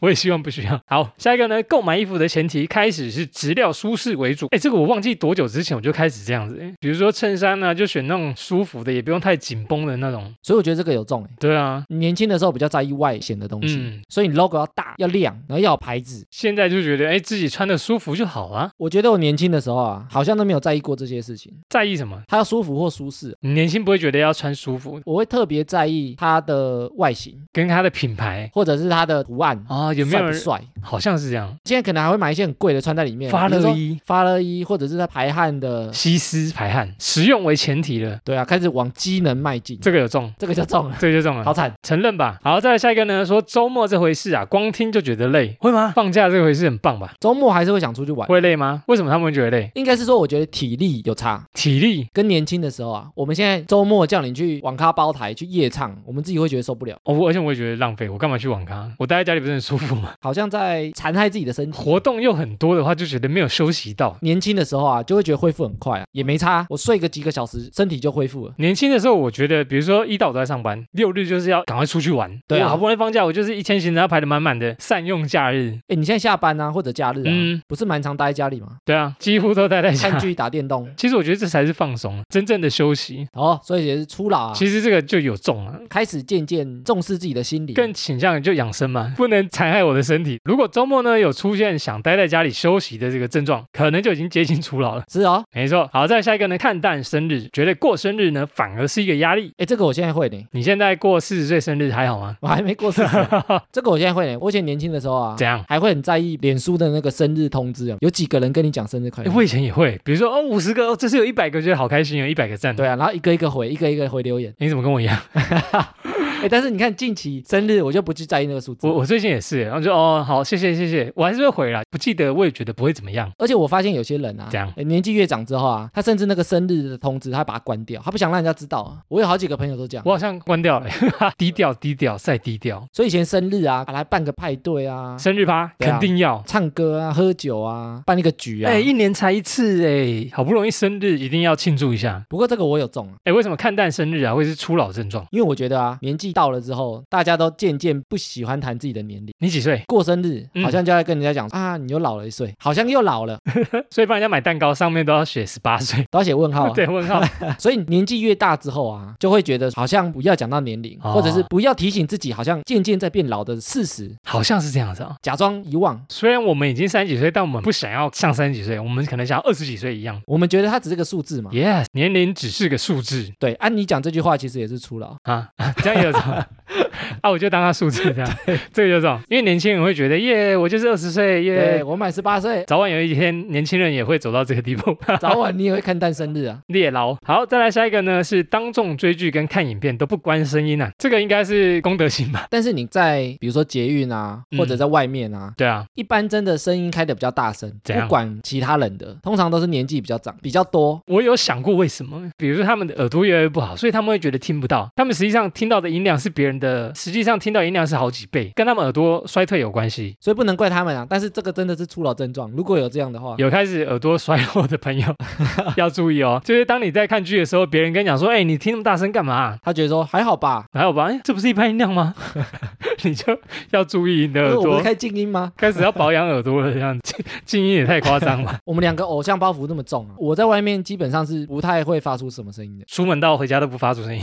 S1: 我也希望不需要。好，下一个呢？购买衣服的前提开始是质料舒适为主。哎，这个我忘记多久之前我就开始这样子。诶比如说衬衫呢、就选那种舒服的，也不用太紧绷的那种。
S2: 所以我觉得这个有中欸
S1: 对啊，
S2: 你年轻的时候比较在意外显的东西，
S1: 嗯
S2: 所以你 logo 要大要亮，然后要有牌子。
S1: 现在就觉得哎，诶自己穿的舒服就好啊，
S2: 我觉得我年轻的时候啊，好像都没有在意过这些事情，
S1: 在意什么？
S2: 它要舒服或舒适，
S1: 你年轻不会觉得要穿舒服，
S2: 我会特别在意它的外形
S1: 跟它的品牌
S2: 或者是它的图案。
S1: 啊、有没有
S2: 帅不
S1: 人？
S2: 帅？
S1: 好像是这样，
S2: 现在可能还会买一些很贵的穿在里面，
S1: 发
S2: 比如
S1: 热
S2: 说
S1: 衣。呃
S2: 发热衣，或者是它排汗 的
S1: 吸湿排汗，实用为前提了，
S2: 对啊，开始往机能迈进，这
S1: 这个嗯有中，
S2: 这个就中了，
S1: 这个就中了
S2: 好。惨。
S1: 承认吧。好，再来下一个呢，说周末这回事啊，光听就觉得累，会吗？放假这回事很棒吧？
S2: 周末还是会想出去玩，
S1: 会累吗？为什么他们会觉得累？
S2: 应该是说我觉得体力有差。
S1: 体力，
S2: 跟年轻的时候啊，我们现在周末叫你去网咖包台去夜唱，我们自己会觉得受不了，
S1: 哦，我而且我也觉得浪费，我干嘛去网咖？我待在家里不是很舒服吗？
S2: 好像在残害自己的身体。
S1: 活动又很多的话，就觉得没有休息到。
S2: 年轻的时候啊，就会觉得恢复很快啊，也没差，我睡个几个小时，身体就恢复了。
S1: 年轻的时候，我觉得，比如说一到五都在上班，六日就是要赶快出去玩。
S2: 对啊
S1: 我好不容易放假，我就是一天行程要排得满满的，善用假日。
S2: 哎，你现在下班啊，或者假日啊，
S1: 嗯，
S2: 不是蛮常待在家里 吗？
S1: 对啊，几乎都待在
S2: 看
S1: 家。
S2: 剧、打电动，
S1: 其实我觉得这才是放松，真正的休息。
S2: 哦，所以也是初老啊，嗯
S1: 其实这个就有中了，
S2: 开始渐渐重视自己的心理。
S1: 更倾向于就养生嘛，不能残害我的身体。如果周末呢有出现想待在家里休息的这个症状，可能就已经接近初老了。
S2: 是哦，
S1: 没错，好，再下一个呢，看淡生日，觉得过生日呢反而是一个压力。
S2: 哎，这个我现在会呢，
S1: 你现在过四十岁生日还好吗？
S2: 我还没过 四十，这个我现在会呢。欸我以前年轻的时候啊，
S1: 怎样？
S2: 还会很在意脸书的那个生日通知啊，有几个人跟你讲生日快
S1: 诶
S2: 乐？
S1: 我以前也会，比如说哦，五十个，哦，这次有一百个，觉得好开心，哦有一百个赞。
S2: 对啊，然后一个一个回，一个一个回留言。
S1: 你怎么跟我一样？
S2: 哎，但是你看近期生日，我就不去在意那个数字
S1: 我。我最近也是，然后就哦，好，谢谢谢谢，我还是会回啦，不记得我也觉得不会怎么样。
S2: 而且我发现有些人啊
S1: 怎样，
S2: 诶年纪越长之后啊，他甚至那个生日的通知，他把它关掉，他不想让人家知道啊。我有好几个朋友都这样
S1: 我，好像关掉了， 低调低调再低调，
S2: 所以以前生日啊，来办个派对啊，
S1: 生日趴
S2: 对啊
S1: 肯定要。
S2: 唱歌啊，喝酒啊，办一个局啊
S1: 哎、。一年才一次哎、好不容易生日，一定要庆祝一下。
S2: 不过这个我有中啊，
S1: 哎、为什么看淡生日啊会是初老症状？
S2: 因为我觉得啊，年纪到了之后，大家都渐渐不喜欢谈自己的年龄。
S1: 你几岁？
S2: 过生日
S1: 嗯
S2: 好像就在跟人家讲、啊，你又老了一岁，好像又老了，
S1: 所以帮人家买蛋糕上面都要写十八岁。
S2: 都要写问号、啊。
S1: 对，问号。
S2: 所以年纪越大之后啊，就会觉得好像不要讲到年龄，
S1: 哦
S2: 或者是不要提醒自己，好像渐渐在变老的事实，
S1: 好像是这样子啊。
S2: 假装遗忘。
S1: 虽然我们已经三十几岁，但我们不想要像三十几岁，我们可能想要二十几岁一样。
S2: 我们觉得它只是个数字嘛。
S1: Yes，年龄只是个数字
S2: 对，按、你讲这句话其实也是初老，
S1: 啊， 这样也有种啊，我就当它数字这样，这个有种，因为年轻人会觉得耶，我就是二十岁
S2: 对
S1: 耶，
S2: 我满十 八岁，
S1: 早晚有一天年轻人也会走到这个地步，
S2: 早晚你也会看淡生日啊。
S1: 猎捞。好，再来下一个呢，是当众追剧跟看影片都不关声音啊，这个应该是功德心 吧？
S2: 但是你在比如说捷运啊，
S1: 嗯
S2: 或者在外面啊，
S1: 对啊，
S2: 一般真的声音开的比较大声，
S1: 怎样
S2: 不管其他人的，通常都是年纪比较长、比较多，
S1: 我有想过为什么，比如说他们的耳朵越来越不好，所以他们会觉得听不到，他们实际上听到的音量是别人的，实际上听到音量是好几倍，跟他们耳朵衰退有关系。
S2: 所以不能怪他们啊。但是这个真的是初老症状，如果有这样的话，
S1: 有开始耳朵衰弱的朋友 要注意哦，就是当你在看剧的时候，别人跟你讲说：“哎、你听那么大声干嘛、
S2: 他觉得说还好吧，
S1: 还有吧，哎，这不是一般音量吗？ 你就要注意你的耳
S2: 因为我不
S1: 朵
S2: 是，开静音吗？
S1: 开始要保养耳朵了。这样 静静音也太夸张了，
S2: 我们两个偶像包袱那么重啊，我在外面基本上是不太会发出什么声音的，
S1: 出门到回家都不发出 声音，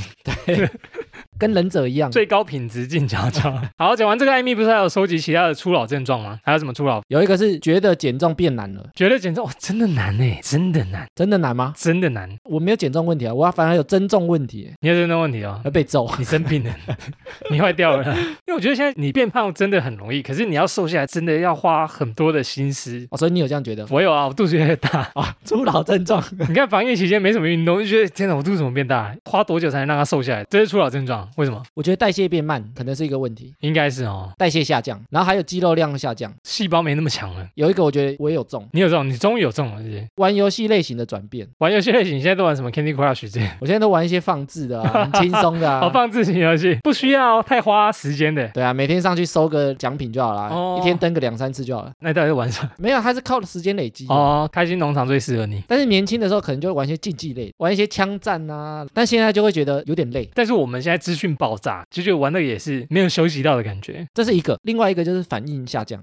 S2: 跟忍者一样。
S1: 最高品质静悄悄。好，讲完这个，艾米不是还有收集其他的初老症状吗？还有什么初老？
S2: 有一个是觉得减重变难了，
S1: 觉得减重、哦、真的难哎，真的难，
S2: 真的难吗？
S1: 真的难。
S2: 我没有减重问题啊，我反而有增重问题，
S1: 你有真的问题哦，
S2: 要被揍。
S1: 你生病了， 你坏掉了。因为我觉得现在你变胖真的很容易，可是你要瘦下来真的要花很多的心思。
S2: 哦，所以你有这 样觉得。
S1: 我有啊，我肚子越来越大
S2: 啊？初老症状，
S1: 你看防疫期间没什么运动，就觉得天哪，我肚子怎么变大？花多久才能让它瘦下来？这是初老症状，为什么？
S2: 我觉得代谢变慢可能是一个问题，
S1: 应该是哦，
S2: 代谢下降，然后还有肌肉量下降。
S1: 细胞没那么强了。
S2: 有一个我觉得我也有中，
S1: 你有这种，你终于有这种了，是不是？
S2: 玩游戏类型的转变，
S1: 玩游戏类型，你现在都玩什么 Candy Crush 这些？
S2: 我现在都玩一些放置的、啊，很轻松的、啊。
S1: 好放置型游戏，不需要太花时间的。
S2: 对啊，每天上去收个奖品就好了，
S1: 哦
S2: 一天登个两三次就好了。
S1: 那到底在玩 什么？
S2: 没有，它是靠时间累积的。
S1: 哦，开心农场最适合你。
S2: 但是年轻的时候可能就会玩一些竞技类，玩一些枪战啊，但现在就会觉得有点累，
S1: 但是我们现在资讯爆炸，就觉得玩那个也是没有休息到的感觉，
S2: 这是一个。另外一个就是反应下 降，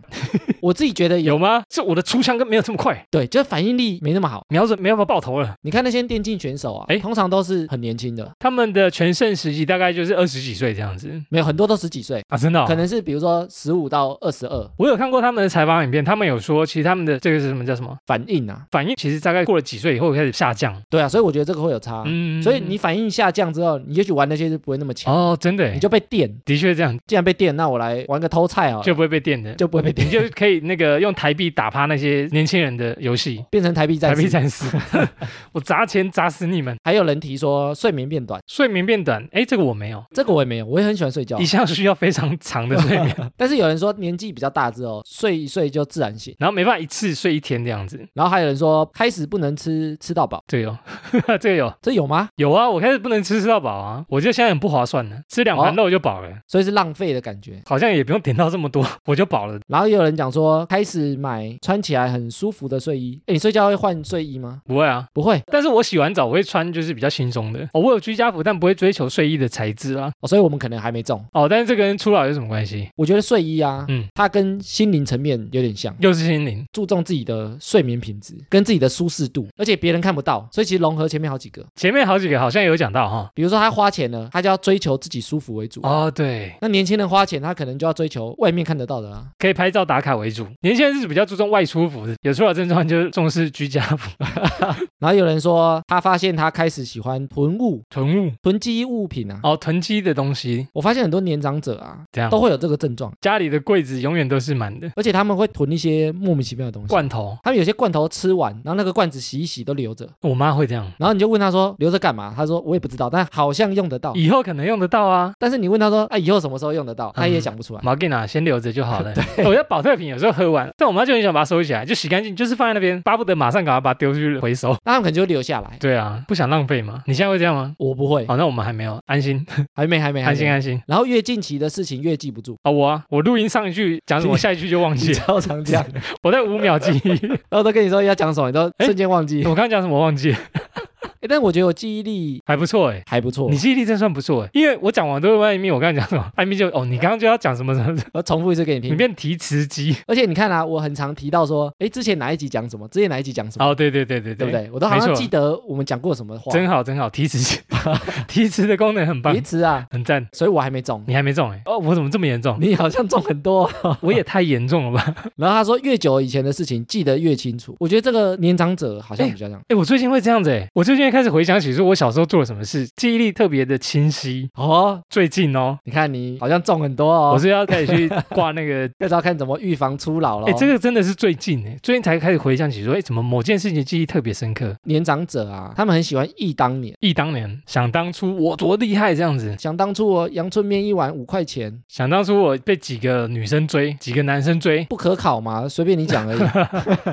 S2: 我自己觉得有
S1: 有吗？是我的出枪跟没有这么快，
S2: 对，就是反应力没那么好。
S1: 瞄准没有办法爆头了。
S2: 你看那些电竞选手啊
S1: 哎，
S2: 通常都是很年轻的，
S1: 他们的全盛时期大概就是二十几岁这样子
S2: 没有很多都十几岁，
S1: 啊，真的哦、
S2: 可能是比如说十五到二十二，
S1: 我有看过他们的采访影片，他们有说，其实他们的这个是什么叫什么
S2: 反应啊，
S1: 反应，其实大概过了几岁以后开始下降。
S2: 对啊，所以我觉得这个会有差。
S1: 嗯
S2: 所以你反应下降之后，你也许玩那些就不会那么强，
S1: 哦，真的耶
S2: 你，就被电。
S1: 的确这样
S2: 既然被电，那我来玩个偷菜啊，
S1: 就不会被电的，
S2: 就不会被电
S1: 你就可以那个用台币打趴那些年轻人的游戏。
S2: 变成台币
S1: 台
S2: 战
S1: 币
S2: 士。
S1: 战士，我砸钱砸死你们！
S2: 还有人提说睡眠变短，
S1: 睡眠变短，哎，这个我没有，
S2: 这个我也没有，我也很喜欢睡觉啊
S1: 一。向需要非常长的睡眠，
S2: 但是有人说年纪比较大之后，睡一睡就自然醒。
S1: 然后没办法一次睡一天这样子。
S2: 然后还有人说开始不能吃吃到饱，
S1: 这个有， 这个有，
S2: 这有吗？
S1: 有啊！我开始不能吃吃到饱啊，我觉得现在很不划算呢，吃两盘肉就饱了，
S2: 所以是浪费的感觉。
S1: 好像也不用点到这么多， 我就饱了。
S2: 然后也有人讲说开始买穿起来很舒服的睡衣。哎，你睡觉会换睡衣吗？
S1: 不会啊，
S2: 不会、
S1: 但是我洗完澡我会穿就是比较轻松的，哦，我有居家服，但不会追求睡衣的材质啊。
S2: 哦，所以我们可能还没中。
S1: 哦，但是这个跟初老有什么关系？
S2: 我觉得睡衣啊，
S1: 嗯
S2: 它跟心灵层面有点像，
S1: 又是心灵，
S2: 注重自己的睡眠品质跟自己的舒适度，而且别人看不到，所以其实融合前面好几个。
S1: 前面好几个好像有讲到哈。
S2: 比如说他花钱了，他就要追求自己舒服为主。
S1: 哦，对，
S2: 那年轻人花钱，他可能就要追求外面看得到的啊。
S1: 可以拍照打卡为主。年轻人是比较注重外出服的，有初老症状就是重视居家服、
S2: 然后有人说，他发现他开始喜欢囤物、
S1: 囤物，
S2: 囤积物品啊。
S1: 哦，囤积的东西，
S2: 我发现很多年长者啊，
S1: 这样
S2: 都会有这个症状，
S1: 家里的柜子永远都是满的，
S2: 而且他们会囤一些莫名其妙的东西。
S1: 罐头，
S2: 他们有些罐头吃完，然后那个罐子洗一洗都留着，
S1: 我妈会这样。
S2: 然后你就问他说留着干嘛？他说我也不知道，但好像用得到。
S1: 以后可能用得到啊，
S2: 但是你问他说，啊，以后什么时候用得
S1: 嗯
S2: 到？他也想不出来。
S1: 毛巾啊，先留着就好了。 我觉得保特瓶有时候喝完，但我妈就很想把它收起来，就洗干净，就是放在那边，巴不得马上赶快把它丢出去回收。
S2: 那他们可能就留下来。
S1: 对啊，不想浪费嘛。你现在会这样吗？哦
S2: 我不会，
S1: 好、那我们还没有，安心，
S2: 还没，还没，还
S1: 嗯安心，
S2: 没。
S1: 安心。
S2: 然后越近期的事情越记不住，
S1: 啊、我啊，我录音上一句讲什么，下一句就忘记
S2: 你
S1: 了，
S2: 超常这样，然
S1: 我在五秒记忆。
S2: 后都跟你说要讲什么，你都
S1: 哎
S2: 瞬间忘记。
S1: 我刚刚讲什么我忘记了。
S2: 诶但我觉得我记忆力
S1: 还不错哎。
S2: 还不错
S1: 你，记忆力真算不错哎，因为我讲完都是艾米，我刚才讲什么，艾米就哦，你刚刚就要讲什么什么，什么
S2: 我重复一次给你
S1: 你
S2: 听。
S1: 变提词机
S2: 而且你看啊，我很常提到说，诶，之前哪一集讲什么，之前哪一集讲什么，
S1: 哦，对对对对
S2: 嗯
S1: 对
S2: 对不？对？我都好像
S1: 没错
S2: 记得我们讲过什么话。
S1: 真好真好，提词 机，提词的功能很棒
S2: 离，职啊，
S1: 很赞。
S2: 所以我还没中。
S1: 你还没中哎，哦，我怎么这么严重？
S2: 你好像中很多，啊
S1: 我也太严重了吧？
S2: 然后他说越久以前的事情记得越清楚，我觉得这个年长者好像比较这样。
S1: 哎，我最近会这样子哎，我最近开始回想起说我小时候做了什么事，记忆力特别的清晰。
S2: 哦，
S1: 最近哦，
S2: 你看你好像中很多
S1: 我
S2: 哦，
S1: 是要开始 去挂那个
S2: 要知道看怎么预防初老了哦。
S1: 哎、这个真的是最近哎、最近才开始回想起说，哎、怎么某件事情记忆特别深刻？
S2: 年长者啊，他们很喜欢忆当年。
S1: 忆当年，想当初我多厉害这样子，
S2: 想当初我阳春面一碗五块钱，
S1: 想当初我被几个女生追，几个男生追，
S2: 不可考嘛，随便你讲而已。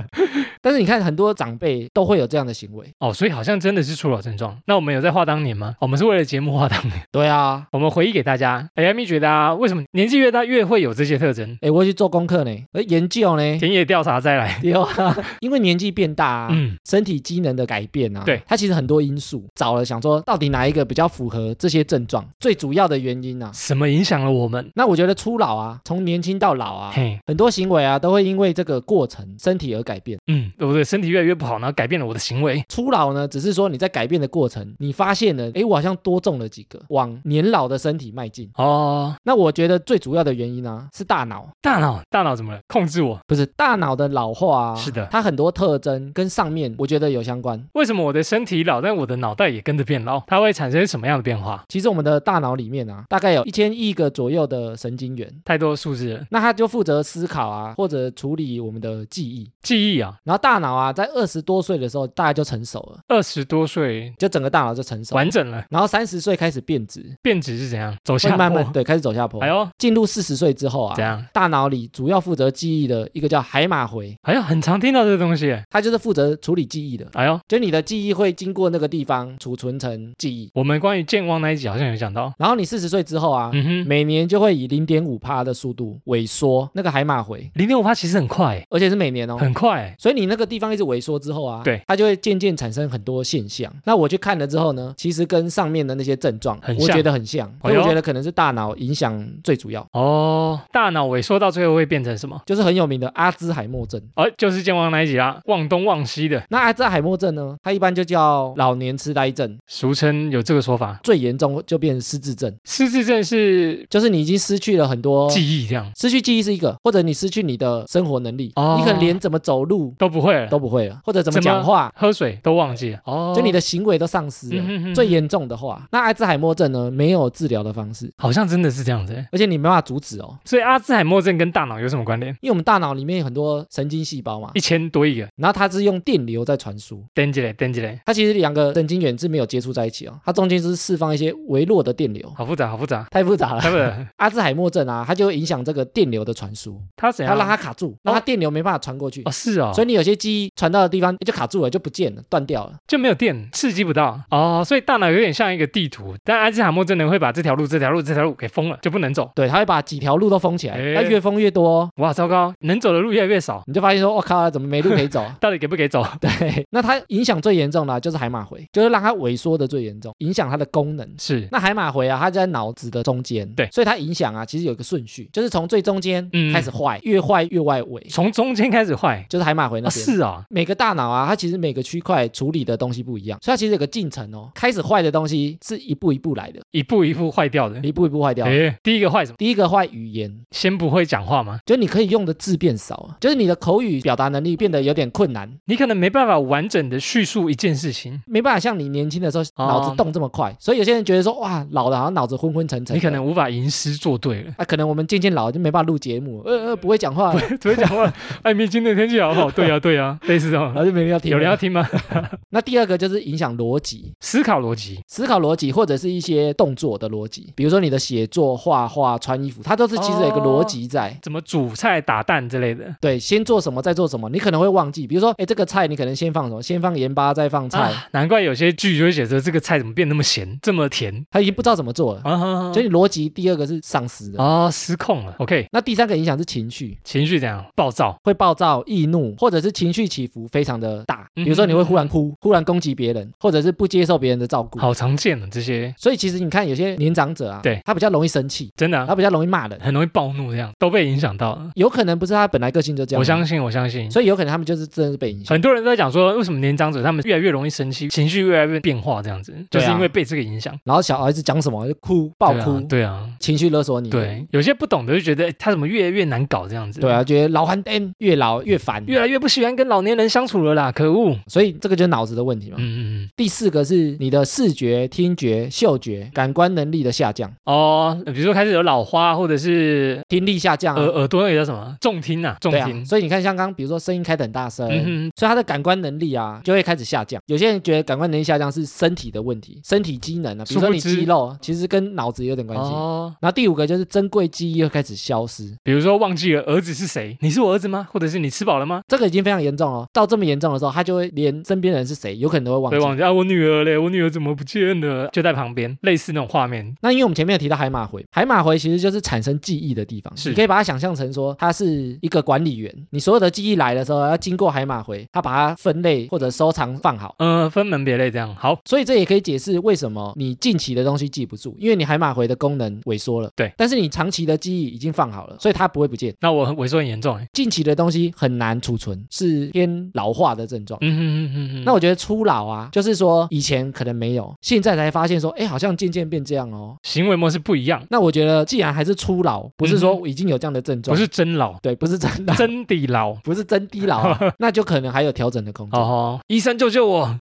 S2: 但是你看，很多长辈都会有这样的行为。
S1: 哦，所以好像真的是初老症状。那我们有在画当年吗？我们是为了节目画当年，
S2: 对啊，
S1: 我们回忆给大家。哎，艾米觉得啊，为什么年纪越大越会有这些特征？
S2: 哎，我会去做功课呢，而研究呢，
S1: 田野调查再来，
S2: 对啊， 因为年纪变大、啊，
S1: 嗯，
S2: 身体机能的改变啊，
S1: 对
S2: 它其实很多因素。找了想说，到底哪一个比较符合这些症状？最主要的原因啊，
S1: 什么影响了我们？
S2: 那我觉得初老啊，从年轻到老啊，
S1: 嘿，
S2: 很多行为啊都会因为这个过程身体而改变。
S1: 嗯，我的身体越来越不好，然后改变了我的行为。
S2: 初老呢，只是说你在改变的过程，你发现了，诶，我好像多种了几个，往年老的身体迈进。
S1: 哦，
S2: 那我觉得最主要的原因呢、是大脑，
S1: 大脑，大脑怎么了？控制我？
S2: 不是大脑的老化啊，
S1: 是的
S2: 它很多特征跟上面我觉得有相关。
S1: 为什么我的身体老，但我的脑袋也跟着变老？它会产生什么样的变化？
S2: 其实我们的大脑里面啊，大概有一千亿个左右的神经元，
S1: 太多数字了，
S2: 那它就负责思考啊，或者处理我们的记忆。
S1: 记忆啊，
S2: 然后大脑啊，在二十多岁的时候，大概就成熟了，
S1: 二十多岁
S2: 就整个大脑就成熟。
S1: 完整了，
S2: 然后三十岁开始变质，
S1: 变质是怎样？走
S2: 会
S1: 下坡
S2: 慢慢对开始走下坡
S1: 哎。呦，
S2: 进入四十岁之后啊
S1: 怎，样？
S2: 大脑里主要负责记忆的一个叫海马回，
S1: 哎呦，很常听到这个东西耶。
S2: 它就是负责处理记忆的。
S1: 哎呦，
S2: 就你的记忆会经过那个地方储存成记忆，
S1: 我们关于健忘那一集好像有讲到，
S2: 然后你四十岁之后啊，
S1: 嗯哼，
S2: 每年就会以零点五帕的速度萎缩那个海马回，
S1: 零点五八其实很快耶，
S2: 而且是每年哦。
S1: 很快欸耶。
S2: 所以你那个地方一直萎缩之后啊，
S1: 对，
S2: 它就会渐渐产生很多现象。那我去看了之后呢，其实跟上面的那些症状，啊
S1: 很
S2: 我
S1: 像
S2: 觉得很像，
S1: 哎
S2: 所
S1: 呦
S2: 以我觉得可能是大脑影响最主要，
S1: 哦，大脑萎缩到最后会变成什么？
S2: 就是很有名的阿兹海默症。
S1: 哦，就是健忘那一集啦，忘东忘西的，
S2: 那阿兹海默症呢，它一般就叫老年痴呆症，
S1: 俗称有这个说法。
S2: 最严重就变成失智症，
S1: 失智症是
S2: 就是你已经失去了很多。
S1: 记忆这样
S2: 失去记忆是一个，或者你失去你的生活能力，
S1: 哦
S2: 你可能连怎么走路
S1: 都不会了，
S2: 都不会了，或者怎么
S1: 怎么
S2: 讲话，
S1: 喝水都忘记了。哦，
S2: 就你的行为都丧失了。
S1: 嗯哼哼
S2: 最严重的话，那阿兹海默症呢，没有治疗的方式，
S1: 好像真的是这样子耶。
S2: 而且你没办法阻止哦，
S1: 所以阿兹海默症跟大脑有什么关联？
S2: 因为我们大脑里面有很多神经细胞嘛
S1: 一，千多亿个，
S2: 然后它是用电流在传输，
S1: 登记嘞，登记嘞，
S2: 它其实两个神经元是没有接触在一起哦，它中间就是释放一些微弱的电流，
S1: 好复杂，好复杂。
S2: 太复杂了。
S1: 他们
S2: 阿兹海默症啊，它就会影响这个电流的传输，
S1: 他怎
S2: 它
S1: 样？
S2: 让它卡住，让它电流没办法传过去
S1: 啊哦，，是哦，
S2: 所
S1: 所
S2: 以
S1: 以
S2: 你有些记忆传到的地方哎就卡住了，就不见了，断掉了。
S1: 就没有电，刺激不到哦。所以大脑有点像一个地图，但阿兹海默症人会把这条路、这条路、这条路给封了，就不能走。
S2: 对，它会把几条路都封起来，
S1: 哎
S2: 它越封越多哦，
S1: 哇，糟糕，能走的路越来越少，
S2: 你就发现说，我靠，怎么没路可以 走啊？
S1: 到底给不给走？
S2: 对，那它影响最严重的啊、就是海马回，就是让它萎缩的最严重，影响它的功能。
S1: 是，
S2: 那海马回啊，它就在脑子的中间，
S1: 对
S2: 所以它影响啊，其实有一个顺序，就是从最中间
S1: 嗯
S2: 开始坏，越坏越外围，
S1: 从中间开始坏
S2: 就是海马回那
S1: 啊，
S2: 边。
S1: 是啊，
S2: 每个大脑啊，它其实每个区块处理的东西不一样，所以它其实有个进程哦。开始坏的东西是一步一步来的，
S1: 一步一步坏掉的。
S2: 一步一步坏掉。
S1: 诶，第一个坏什么？
S2: 第一个坏语言，
S1: 先不会讲话吗？
S2: 就是你可以用的字变少啊，就是你的口语表达能力变得有点困难，
S1: 你可能没办法完整的叙述一件事情，
S2: 没办法像你年轻的时候
S1: 哦
S2: 脑子动这么快，所以有些人觉得说哇，老了好像脑子昏昏沉沉的。
S1: 你可能无法吟诗作对了。
S2: 啊，可能我们渐渐老了就没办法录节目，呃呃，不会讲话了，
S1: 只会讲话，哎，明今天天气好 不好？对呀、对呀、类似这
S2: 然
S1: 种。
S2: 后就没人要听了。啊
S1: 有人要听吗？
S2: 那第二个就是影响逻辑，
S1: 思考逻辑
S2: 思考逻辑或者是一些动作的逻辑，比如说你的写作、画画、穿衣服，它都是其实有一个逻辑在。
S1: 怎么煮菜、打蛋之类的。
S2: 对，先做什么，再做什么，你可能会忘记。比如说，哎，这个菜你可能先放什么，先放盐巴，再放菜，
S1: 啊难怪有些剧就会写说这个菜怎么变那么咸、这么甜
S2: 他已经不知道怎么做了。
S1: 啊？
S2: 所以你逻辑第二个是丧失的。
S1: 哦，失控了。OK，
S2: 那第三个影响是情绪，
S1: 情绪怎样？暴躁。
S2: 会暴躁、易怒，或者是情绪起伏非常的大。
S1: 嗯
S2: 比如说你会忽然哭，忽然攻击别人，或者是不接受别人的照顾。
S1: 好常见的这些，
S2: 所以其实你看，有些年长者啊，
S1: 对
S2: 他比较容易生气，
S1: 真的啊、
S2: 他比较容易骂人，
S1: 很容易暴怒，这样都被影响到了。
S2: 有可能不是他本来个性就这样。
S1: 我相信，我相信。
S2: 所以有可能他们就是真的是被影响。
S1: 很多人都在讲说，为什么年长者他们越来越容易生气，情绪越来越变化，这样子，就是
S2: 对啊
S1: 因为被这个影响，
S2: 然后小孩子讲什么就哭，爆
S1: 对啊
S2: 哭，嗯
S1: 对啊，
S2: 情绪勒索你。
S1: 对，有些不懂的就觉得诶哎他怎么越来越难搞这样子，
S2: 对啊，觉得老憨蛋越老越烦，
S1: 越来越不喜欢跟老年人相处了啦，可恶。
S2: 所以这个就是脑子的问题嘛。
S1: 嗯嗯嗯，
S2: 第四个是你的视觉、听觉、嗅觉感官能力的下降，
S1: 哦，比如说开始有老花，或者是
S2: 听力下降、
S1: 耳
S2: 啊。
S1: 耳朵那个叫什么重听啊，重
S2: 对啊
S1: 听，。
S2: 所以你看，像刚刚比如说声音开得很大声，
S1: 嗯哼，
S2: 所以他的感官能力啊就会开始下降。有些人觉得感官能力下降是身体的问题，身体机能啊，比如说你
S1: 殊不知
S2: 肌肉啊，其实跟脑子有点关系。
S1: 哦，
S2: 然后第五个就是珍贵记忆会开始消失，
S1: 比如说忘记了儿子是谁，你是我儿子吗？或者是你吃饱了吗？
S2: 这个已经非常严重了。到这么严重的时候，他就会连身边人是谁，有可能都会忘
S1: 对，
S2: 记。
S1: 忘记啊，我女儿嘞，我女儿怎么不见了？就在旁边，类似那种画面，
S2: 那因为我们前面有提到海马回，海马回其实就是产生记忆的地方，
S1: 是
S2: 你可以把它想象成说它是一个管理员，你所有的记忆来的时候要经过海马回，它把它分类或者收藏放好。
S1: 嗯，分门别类这样。好，
S2: 所以这也可以解释为什么你近期的东西记不住，因为你海马回的功能萎缩了。
S1: 对
S2: 但是你长期的记忆已经放好了，所以它不会不见。
S1: 那我很萎缩很严重哎。
S2: 近期的东西很难储存，是偏老化的症状。
S1: 嗯哼哼哼哼，
S2: 那我觉得初老啊，就是说以前可能没有，现在才发现说，哎，好像渐渐变这样哦。
S1: 行为模式不一样，
S2: 那我觉得，既然还是初老，不是说已经有这样的症
S1: 嗯不
S2: 状，
S1: 是真老，
S2: 对，不是真老，
S1: 真的 老。
S2: 不是真低老 啊、那就可能还有调整的空间。
S1: 哦吼，医生救救 我！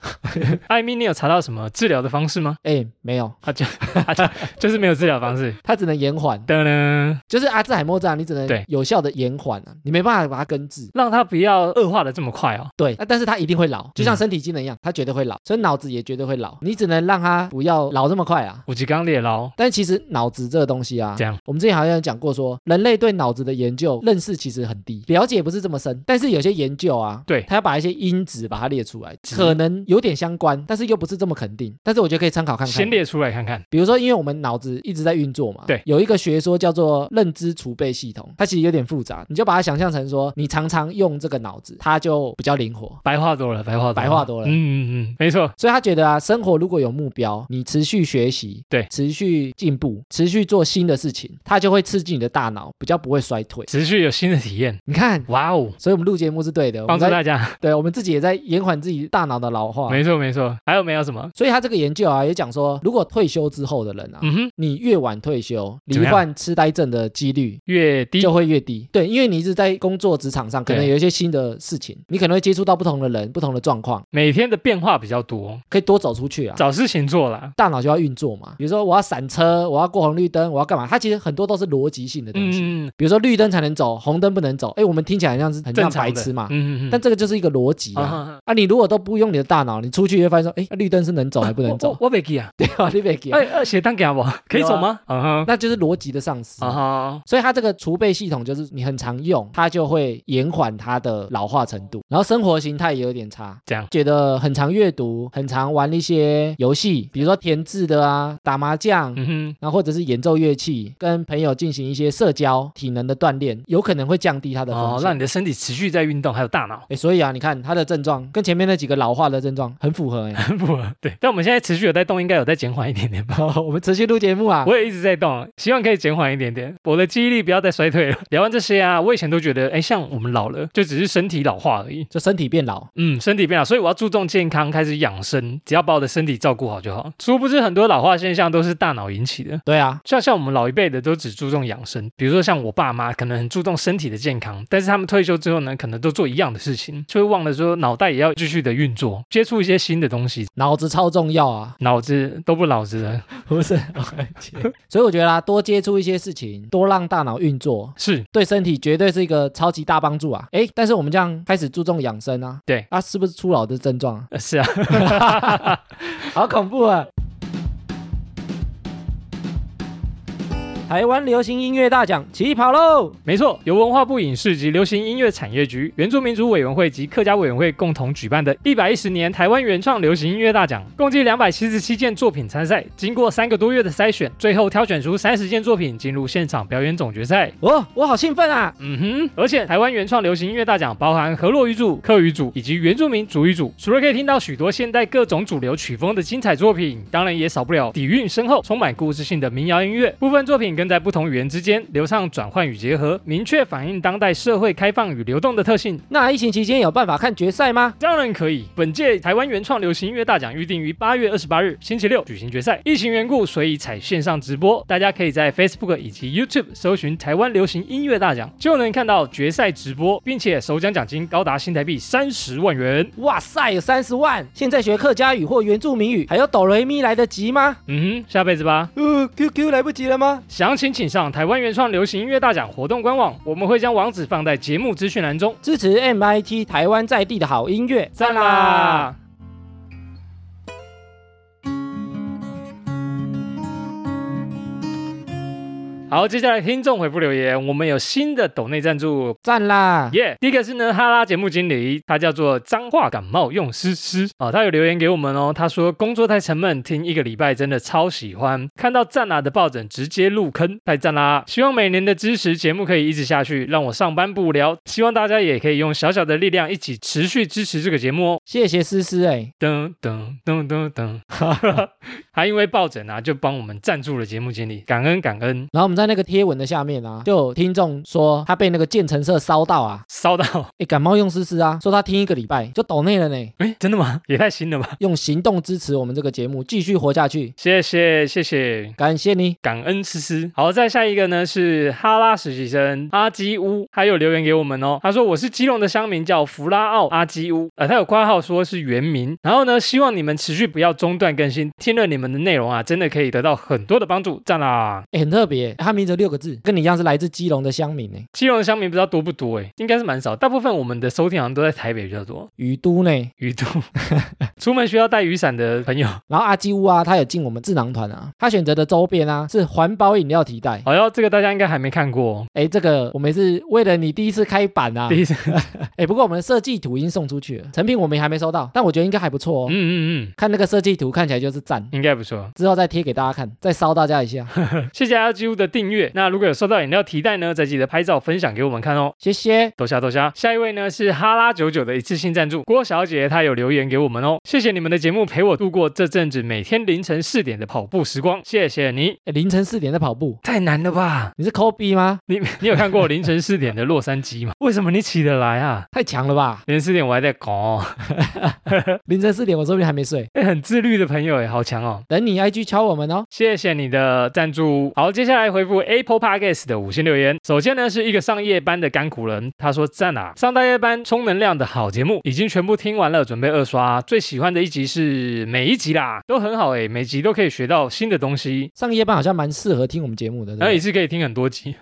S1: 艾米，你有查到什么治疗的方式吗？
S2: 哎、没有，
S1: 啊，就啊就就是没有治疗方式。
S2: 它只能延缓，
S1: 噔噔，
S2: 就是阿兹海默症啊，你只
S1: 对
S2: 能有效的延缓啊，你没办法把它根治。
S1: 让他不要恶化的这么快哦。
S2: 对，那、但是它一定会老，
S1: 嗯
S2: 就像身体机能一样，它绝对会老，所以脑子也绝对会老。你只能让它不要老这么快啊。
S1: 五级刚烈老，
S2: 但其实脑子这个东西啊
S1: 这，样
S2: 我们之前好像有讲过说人类对脑子的研究认识其实很低，了解不是这么深。但是有些研究啊，
S1: 对嗯
S2: 他要把一些因子把它列出来，
S1: 是
S2: 可能有点相关，但是又不是这么肯定。但是我觉得可以参考看
S1: 先
S2: 看。
S1: 列出来看看。
S2: 比如说，因为我们脑子一直在运作嘛，
S1: 对
S2: 有一个学说叫做认知储备系统，它其实有点复杂，你就把它想象成说，你常常用这个脑子，它就比较灵活。
S1: 白话多了，白话多了
S2: 白话多了
S1: 嗯嗯嗯，没错，
S2: 所以他觉得啊，生活如果有目标，你持续学习，
S1: 对
S2: 持续进步，持续做新的事情，它就会刺激你的大脑，比较不会衰退。
S1: 持续有新的体验。
S2: 你看，
S1: 哇哦，
S2: 所以我们录节目是对的，我
S1: 帮
S2: 们
S1: 助
S2: 在
S1: 大家。
S2: 对我们自己也在延缓自己大脑的老化。
S1: 没错没错，还有没有什么？
S2: 所以他这个研究啊，也讲说，如果退休之后的人啊，
S1: 嗯哼，
S2: 你越晚退休，
S1: 怎么
S2: 罹
S1: 样
S2: 患痴呆症的几率。
S1: 越低
S2: 就会越低，对，因为你一直在工作职场上，可能
S1: 对
S2: 有一些新的事情，你可能会接触到不同的人、不同的状况，
S1: 每天的变化比较多，
S2: 可以多走出去啊。
S1: 找事情做啦。
S2: 大脑就要运作嘛。比如说我要闪车，我要过红绿灯，我要干嘛？它其实很多都是逻辑性的东西。
S1: 嗯，嗯
S2: 比如说绿灯才能走，红灯不能走。哎，我们听起来很像是很像
S1: 正常
S2: 白
S1: 的
S2: 痴嘛，
S1: 嗯嗯嗯，
S2: 啊但这个就是一个逻辑
S1: 啊
S2: 啊。
S1: 哈哈
S2: 啊，你如果都不用你的大脑，你出去就会发现说，哎，绿灯是 能走还不能
S1: 我
S2: 走，
S1: 我我没记啊，
S2: 对吧？你别 给，
S1: 哎，呃写单给我， 可以走吗？啊哈，
S2: 那就是逻辑的丧失。
S1: 啊哈，
S2: 所以它这个储备系统就是你很常用，它就会延缓它的老化程度，然后生活形态也有点差。
S1: 这样
S2: 觉得很常阅读，很常玩一些游戏，比如说填字的啊，打麻将，
S1: 嗯哼，
S2: 然后或者是演奏乐器，跟朋友进行一些社交、体能的锻炼，有可能会降低他的
S1: 哦
S2: 风，险。
S1: 让你的身体持续在运动，还有大脑
S2: 哎，所以啊，你看他的症状跟前面那几个老化的症状很符合哎。
S1: 不对。但我们现在持续有在动，应该有在减缓一点点吧。
S2: 我们持续录节目啊，
S1: 我也一直在动，希望可以减缓一点点。我的记忆力不要再衰退了。聊完这些啊，我以前都觉得，哎，像我们老了，就只是身体老化而已。
S2: 就身体变老。
S1: 嗯，身体变好，所以我要注重健康，开始养生，只要把我的身体照顾好就好。殊不知，很多老化现象都是大脑引起的。
S2: 对啊，
S1: 像像我们老一辈的都只注重养生，比如说像我爸妈可能很注重身体的健康，但是他们退休之后呢，可能都做一样的事情，就会忘了说脑袋也要继续的运作，接触一些新的东西，
S2: 脑子超重要啊，
S1: 脑子都不脑子了。
S2: 不是？哦 所以我觉得啊，多接触一些事情，多让大脑运作，
S1: 是
S2: 对身体绝对是一个超级大帮助啊。哎，但是我们这样开始注重养生啊，
S1: 对
S2: 啊，是不是初老的症状啊？
S1: 呃是啊，
S2: 好恐怖啊！
S3: 台湾流行音乐大奖起跑喽！
S1: 没错，由文化部影视及流行音乐产业局、原住民族委员会及客家委员会共同举办的一百一十年台湾原创流行音乐大奖，共计两百七十七件作品参赛，经过三个多月的筛选，最后挑选出三十件作品进入现场表演总决赛。
S3: 哦，我好兴奋啊！
S1: 嗯哼，而且台湾原创流行音乐大奖包含河洛语组、客语组以及原住民族语组，除了可以听到许多现代各种主流曲风的精彩作品，当然也少不了底蕴深厚、充满故事性的民谣音乐。部分作品更在不同语言之间流畅转换与结合，明确反映当代社会开放与流动的特性。
S3: 那疫情期间有办法看决赛吗？
S1: 当然可以。本届台湾原创流行音乐大奖预定于八月二十八日星期六举行决赛，疫情缘故，所以采线上直播。大家可以在 Facebook 以及 YouTube 搜寻“台湾流行音乐大奖”，就能看到决赛直播，并且首奖奖金高达新台币三十万元。
S3: 哇塞，有三十万！现在学客家语或原住民语，还有哆来咪来得及吗？
S1: 嗯哼，下辈子吧。
S3: 呃，QQ 来不及了吗？
S1: 详情请上台湾原创流行音乐大奖活动官网，我们会将网址放在节目资讯栏中。
S3: 支持 MIT 台湾在地的好音乐，
S1: 赞啦！好，接下来听众回复留言，我们有新的抖内赞助，
S3: 赞啦！
S1: 耶、第一个是呢，哈拉节目经理，他叫做脏话感冒用诗诗啊，他有留言给我们哦，他说工作太沉闷，听一个礼拜真的超喜欢，看到赞啊啦的抱枕直接入坑，太赞啦！希望每年的支持节目可以一直下去，让我上班不无聊，希望大家也可以用小小的力量一起持续支持这个节目哦。
S3: 谢谢思思哎、
S1: 噔噔噔噔噔，哈 哈，他因为抱枕啊，就帮我们赞助了节目经理，感恩感恩，
S2: 然后我们在那个贴文的下面啊，就有听众说他被那个渐层色烧到啊，
S1: 烧 到，
S3: 欸
S2: 哎，感冒用思思啊，说他听一个礼拜就抖内了呢，
S1: 哎，真的吗？也太新了吧！
S2: 用行动支持我们这个节目继续活下去，
S1: 谢谢谢谢，
S2: 感谢你。
S1: 感恩思思。好，再下一个呢是哈拉实习生阿基乌，他有留言给我们哦。他说我是基隆的乡民，叫弗拉奥阿基乌，呃，他有括号说是原名。然后呢，希望你们持续不要中断更新，听了你们的内容啊，真的可以得到很多的帮助，赞啦！
S2: 欸、很特别，他名字有六个字，跟你一样是来自基隆的乡民呢，
S1: 基隆的乡民不知道多不多诶，应该是蛮少，大部分我们的收听好像都在台北比较多。
S2: 雨都呢。
S1: 雨都， 出门需要带雨伞的朋友，
S2: 然后阿基乌啊，他有进我们智囊团啊，他选择的周边啊是环保饮料提袋。
S1: 好像哎这个大家应该还没看过哦。
S2: 哎，这个我们也是为了你第一次开版啊
S1: 第，一次，
S2: 哎，不过我们的设计图已经送出去了，成品我们还没收到，但我觉得应该还不错哦
S1: 嗯。嗯嗯，
S2: 看那个设计图看起来就是赞，
S1: 应该不错。
S2: 之后再贴给大家看，再烧大家一下，
S1: 谢谢 LGU 的订阅。那如果有收到饮料提袋呢，再记得拍照分享给我们看哦。
S2: 谢谢。
S1: 豆虾豆虾，下一位呢是哈拉九九的一次性赞助郭小姐，她有留言给我们哦，谢谢你们的节目陪我度过这阵子每天凌晨四点的跑步时光，谢谢你，
S2: 诶凌晨四点在跑步，
S1: 太难了吧？
S2: 你是抠逼吗？
S1: 你你有看过凌晨四点的洛杉矶吗？ 为什么你起得来啊？
S2: 太强了吧！
S1: 凌晨四点我还在搞、哦，
S2: 凌晨四点我说不定还没睡，
S1: 哎，很自律的朋友哎，好强哦。
S2: 等你 IG 敲我们哦。
S1: 谢谢你的赞助。好，接下来回复 Apple Podcast 的五星留言。首先呢，是一个上夜班的甘苦人，他说赞啊，上大夜班充能量的好节目，已经全部听完了，准备二刷。最喜欢的一集是每一集啦，都很好诶、欸每集都可以学到新的东西，
S2: 上夜班好像蛮适合听我们节目的，对不
S1: 然后也
S2: 对
S1: 是可以听很多集。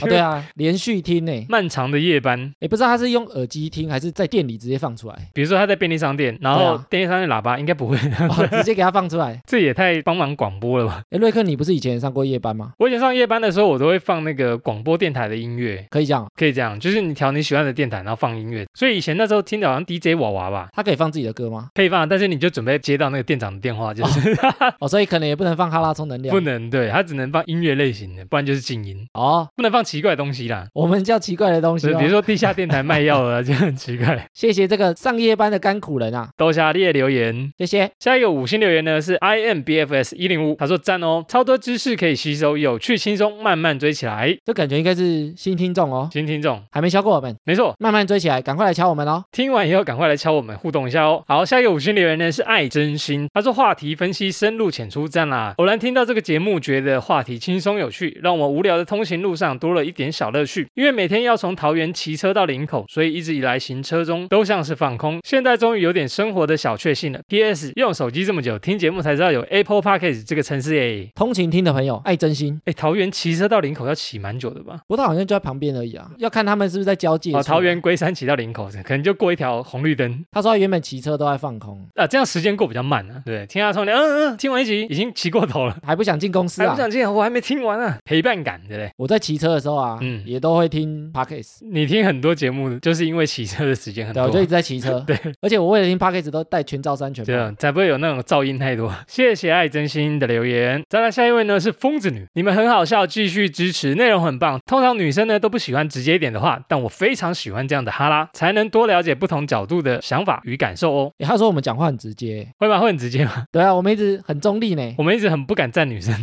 S2: 哦对啊，连续听呢、
S1: 漫长的夜班，
S2: 也不知道他是用耳机听还是在店里直接放出 来，
S1: 比如说他在便利商店，然
S2: 对
S1: 后
S2: 啊
S1: 便利商店喇叭应该不会，
S2: 哦、直接给他放出来。
S1: 这也太帮忙广播了吧？
S2: 哎，瑞克，你不是以前也上过夜班吗？
S1: 我以前上夜班的时候，我都会放那个广播电台的音乐，
S2: 可以这样，
S1: 可以这样，就是你调你喜欢的电台，然后放音乐。所以以前那时候听的好像 DJ 娃娃吧，
S2: 他可以放自己的 歌吗？
S1: 可以放，但是你就准备接到那个店长的电话，就是、
S2: 哦，所以可能也不能放哈拉充能量。
S1: 不能对，他只能放音乐类型的，不然就是静音，
S2: 哦，
S1: 不能放奇怪的东西啦。
S2: 我们叫奇怪的东西、
S1: 比如
S2: 哦。
S1: 说地下电台卖药了，就很奇 怪。
S2: 谢谢这个上夜班的甘苦人啊，
S1: 都下列留言，
S2: 谢谢。
S1: 下一个五星留言呢是 I M B F S 一零五，他说赞哦，超多知识可以吸收，有趣轻松，慢慢追起来。
S2: 这感觉应该是新听众哦，
S1: 新听众，
S2: 还没敲过我们，
S1: 没错，
S2: 慢慢追起来，赶快来敲我们哦。
S1: 听完以后，赶快来敲我们互动一下哦。好，下一个五星留言呢是爱真心，他说话题分析深入浅出，赞啦！偶然听到这个节目，觉得话题轻松有趣，让我无聊的通勤路上多了一点小乐趣。因为每天要从桃园骑车到林口，所以一直以来行车中都像是放空。现在终于有点生活的小确幸了。P.S. 用手机这么久，听节目才知道有 Apple Podcast 这个城市耶。
S2: 通勤听的朋友，爱真心，
S1: 哎，桃园骑车到林口要骑蛮久的吧？
S2: 不过它好像就在旁边而已啊，要看他们是不是在啊交界处
S1: 哦，桃园龟山骑到林口，可能就过一条红绿灯
S2: 他说他原本骑车都在放空，
S1: 啊，这样时间过比较慢啊。对，听他从嗯嗯，听完一集已经骑过 头了，
S2: 还不想进公司
S1: 还
S2: 啊
S1: 不。想进，我还没听完啊，陪伴感，对不对？
S2: 我在骑车的时候啊，
S1: 嗯
S2: 也都会听 podcast，
S1: 你听很多节目，就是因为骑车的时间很
S2: 对，我就一
S1: 多
S2: 直。在骑 车，对，而且我为了听 podcast 都戴全罩衫全
S1: 这
S2: 帽。
S1: 啊样才不会有那种噪音太多。 谢谢爱真心的留言。再来下一位呢是疯子女，你们很好笑，继续支持，内容很棒。通常女生呢都不喜欢直接一点的话，但我非常喜欢这样的哈拉， 才能多了解不同角度的想法与感受哦。
S2: 诶他说我们讲话很直接，
S1: 会吗？会很直接 吗？
S2: 对啊，我们一直很中立呢。
S1: 我们一直很不敢赞女生，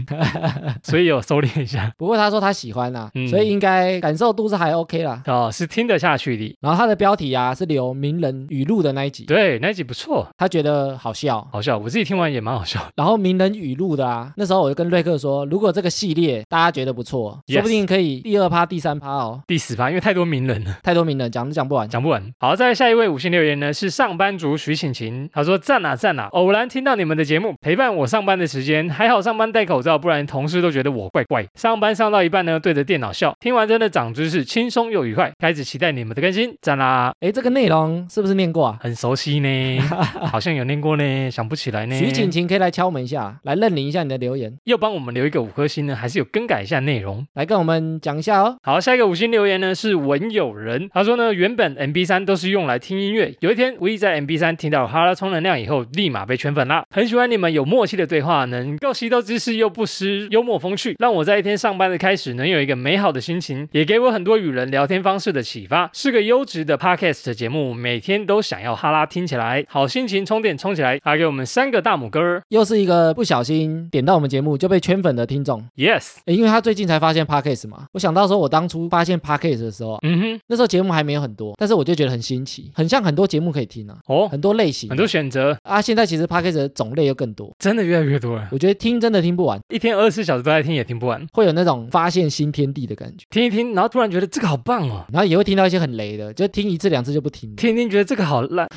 S1: 所以有收敛一下
S2: 不过他说他喜欢啦、
S1: 嗯
S2: 所以应该感受度是还 OK 啦。
S1: 哦，是听得下去的。
S2: 然后他的标题啊是留名人语录的那一集，
S1: 对，那一集不错，
S2: 他觉得好笑。
S1: 好笑，我自己听完也蛮好笑。
S2: 然后名人语录的啊，那时候我就跟瑞克说，如果这个系列大家觉得不错
S1: Yes
S2: 说不定可以第二趴、第三趴哦。
S1: 第十趴，因为太多名人了，
S2: 太多名人讲都讲不完。
S1: 讲不完。好，再来下一位五星留言呢是上班族徐晴晴，她说赞啊赞啊，偶然听到你们的节目，陪伴我上班的时间，还好上班戴口罩，不然同事都觉得我怪怪。上班上到一半呢，对着电脑笑，听完真的长知识，轻松又愉快，开始期待你们的更新，赞啦。
S2: 哎，这个内容是不是念过啊？
S1: 很熟悉呢， 好像有念过呢，想不起来呢。
S2: 徐锦晴可以来敲门一下，来认领一下你的留言，
S1: 又帮我们留一个五颗星呢，还是有更改一下内容？
S2: 来跟我们讲一下哦。
S1: 好，下一个五星留言呢是文友人，他说呢，原本 MB 3都是用来听音乐，有一天无意在 MB 3听到哈拉充能量以后，立马被圈粉啦。很喜欢你们有默契的对话，能够吸收知识又不失幽默风趣，让我在一天上班的开始能有一个美好的心情，也给我很多与人聊天方式的启发，是个优质的 podcast 节目，每天都想要哈拉听起来，好心情充电充起来，还给我们三个大拇哥儿
S2: 又是一个不小心点到我们节目就被圈粉的听众，
S1: ，yes，
S2: 诶因为他最近才发现 podcast 嘛。我想到说，我当初发现 podcast 的时候啊，
S1: 嗯哼，
S2: 那时候节目还没有很多，但是我就觉得很新奇，很像很多节目可以听啊，
S1: 哦，
S2: 很多类型，
S1: 很多选择，
S2: 啊。现在其实 podcast 的种类又更多，
S1: 真的越来越多了。
S2: 我觉得听真的听不完，
S1: 一天二十四小时都在听也听不完，
S2: 会有那种发现新天地的感觉。
S1: 听一听，然后突然觉得这个好棒哦，
S2: 然后也会听到一些很雷的，就听一次两次就不听了。
S1: 听一听觉得这个好 烂，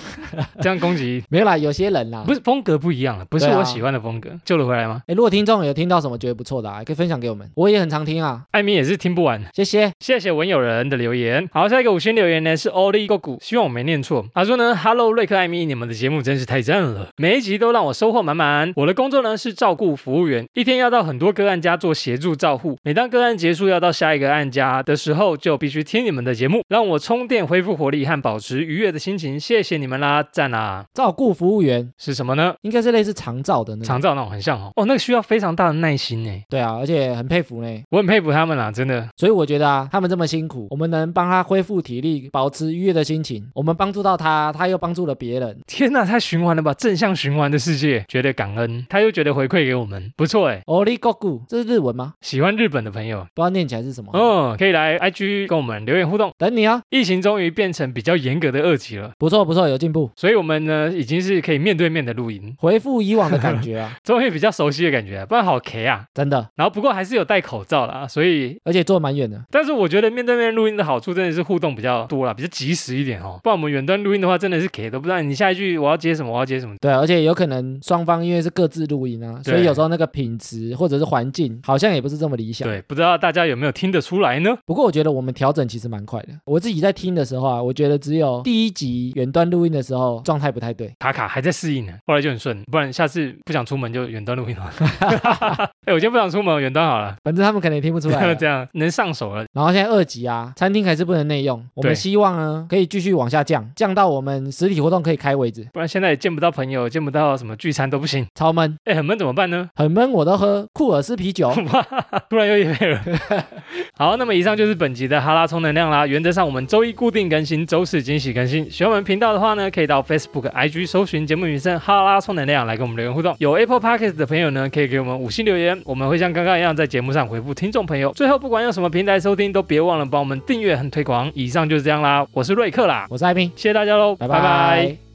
S1: 这样攻击
S2: 没有啦，有些人啦，
S1: 不是风格不一样了，不是
S2: 对啊
S1: 我喜欢的风格，救了回来吗？
S2: 哎，如果听众有听到什么觉得不错的、啊，也可以分享给我们，我也很常听啊，
S1: 艾米也是听不完。
S2: 谢谢。
S1: 谢谢文友人的留言。好，下一个五星留言呢是 Oli 过谷，希望我没念错。他说呢，Hello 瑞克艾米，你们的节目真是太赞了，每一集都让我收获满满。我的工作呢是照顾服务员，一天要到很多个案家做协助照护。每当个案结束要到下一个案家的时候，就必须听你们的节目，让我充电、恢复活力和保持愉悦的心情。谢谢你们啦，赞啊啦！
S2: 照顾服务员
S1: 是什么呢？
S2: 应该是类似长照的那种
S1: 长。照那种很像哦，哦，那个需要非常大的耐心呢，
S2: 对啊，而且很佩服呢，
S1: 我很佩服他们啦，真的。
S2: 所以我觉得啊，他们这么辛苦，我们能帮他恢复体力，保持愉悦的心情，我们帮助到他，他又帮助了别人。
S1: 天呐，太循环了吧！正向循环的世界，觉得感恩，他又觉得回馈给我们，不错哎。
S2: o l i g o g u 这是日文吗？
S1: 喜欢日本的朋友，
S2: 不知道念起来是什么。
S1: 嗯，可以来 IG 跟我们留言互动。
S2: 等你啊，
S1: 疫情终于变成比较严格的二级了，
S2: 不错不错，有进步，
S1: 所以我们呢已经是可以面对面的录音，
S2: 回复以往的感觉 啊，
S1: 终于比较熟悉的感觉、不然好 K 啊。
S2: 真的，
S1: 然后不过还是有戴口罩啦，所以。
S2: 而且坐蛮远的。
S1: 但是我觉得面对面录音的好处真的是互动比较多啦，比较及时一点哦。不然我们远端录音的话，真的是 K 都不知道哎你下一句我要接什么，我要接什么。
S2: 对啊，而且有可能双方因为是各自录音啊，所以
S1: 对
S2: 有时候那个品质或者是环境好像也不是这么理想。
S1: 对，不知道大家有没有听得出来呢？
S2: 不过我觉得我们调整其实蛮快的。我自己在听的时候啊，我觉得只有第一集远端录音的时候状态不太对，
S1: 卡卡还在适应呢，后来就很顺，不然下次不想出门就远端录音 了。哎、我今天不想出门，远端好了，
S2: 反正他们可能也听不出 来啊。
S1: 这样能上手了。
S2: 然后现在二级啊，餐厅还是不能内用，我们
S1: 对
S2: 希望呢可以继续往下降，降到我们实体活动可以开为止。
S1: 不然现在也见不到朋友，见不到什么聚餐都不行。
S2: 超闷，
S1: 哎，很闷怎么办呢？
S2: 很闷，我都喝库尔斯 啤酒。
S1: 突然又夜 配了。好，那么以上就是本集的哈拉充能量啦。原则上我们周一固定更新，周四惊喜更新。喜欢我们频道的话呢，可以到 Facebook、IG 搜寻节目名称“哈拉充能量”来跟我们留言互动。有 Apple Podcast 的朋友呢，可以给我们五星留言，我们会像刚刚一样在节目上回复听众朋友。最后，不管用什么平台收听，都别忘了帮我们订阅和推广。以上就是这样啦，我是瑞克啦，
S2: 我是艾斌，
S1: 谢谢大家喽，拜拜
S2: 拜拜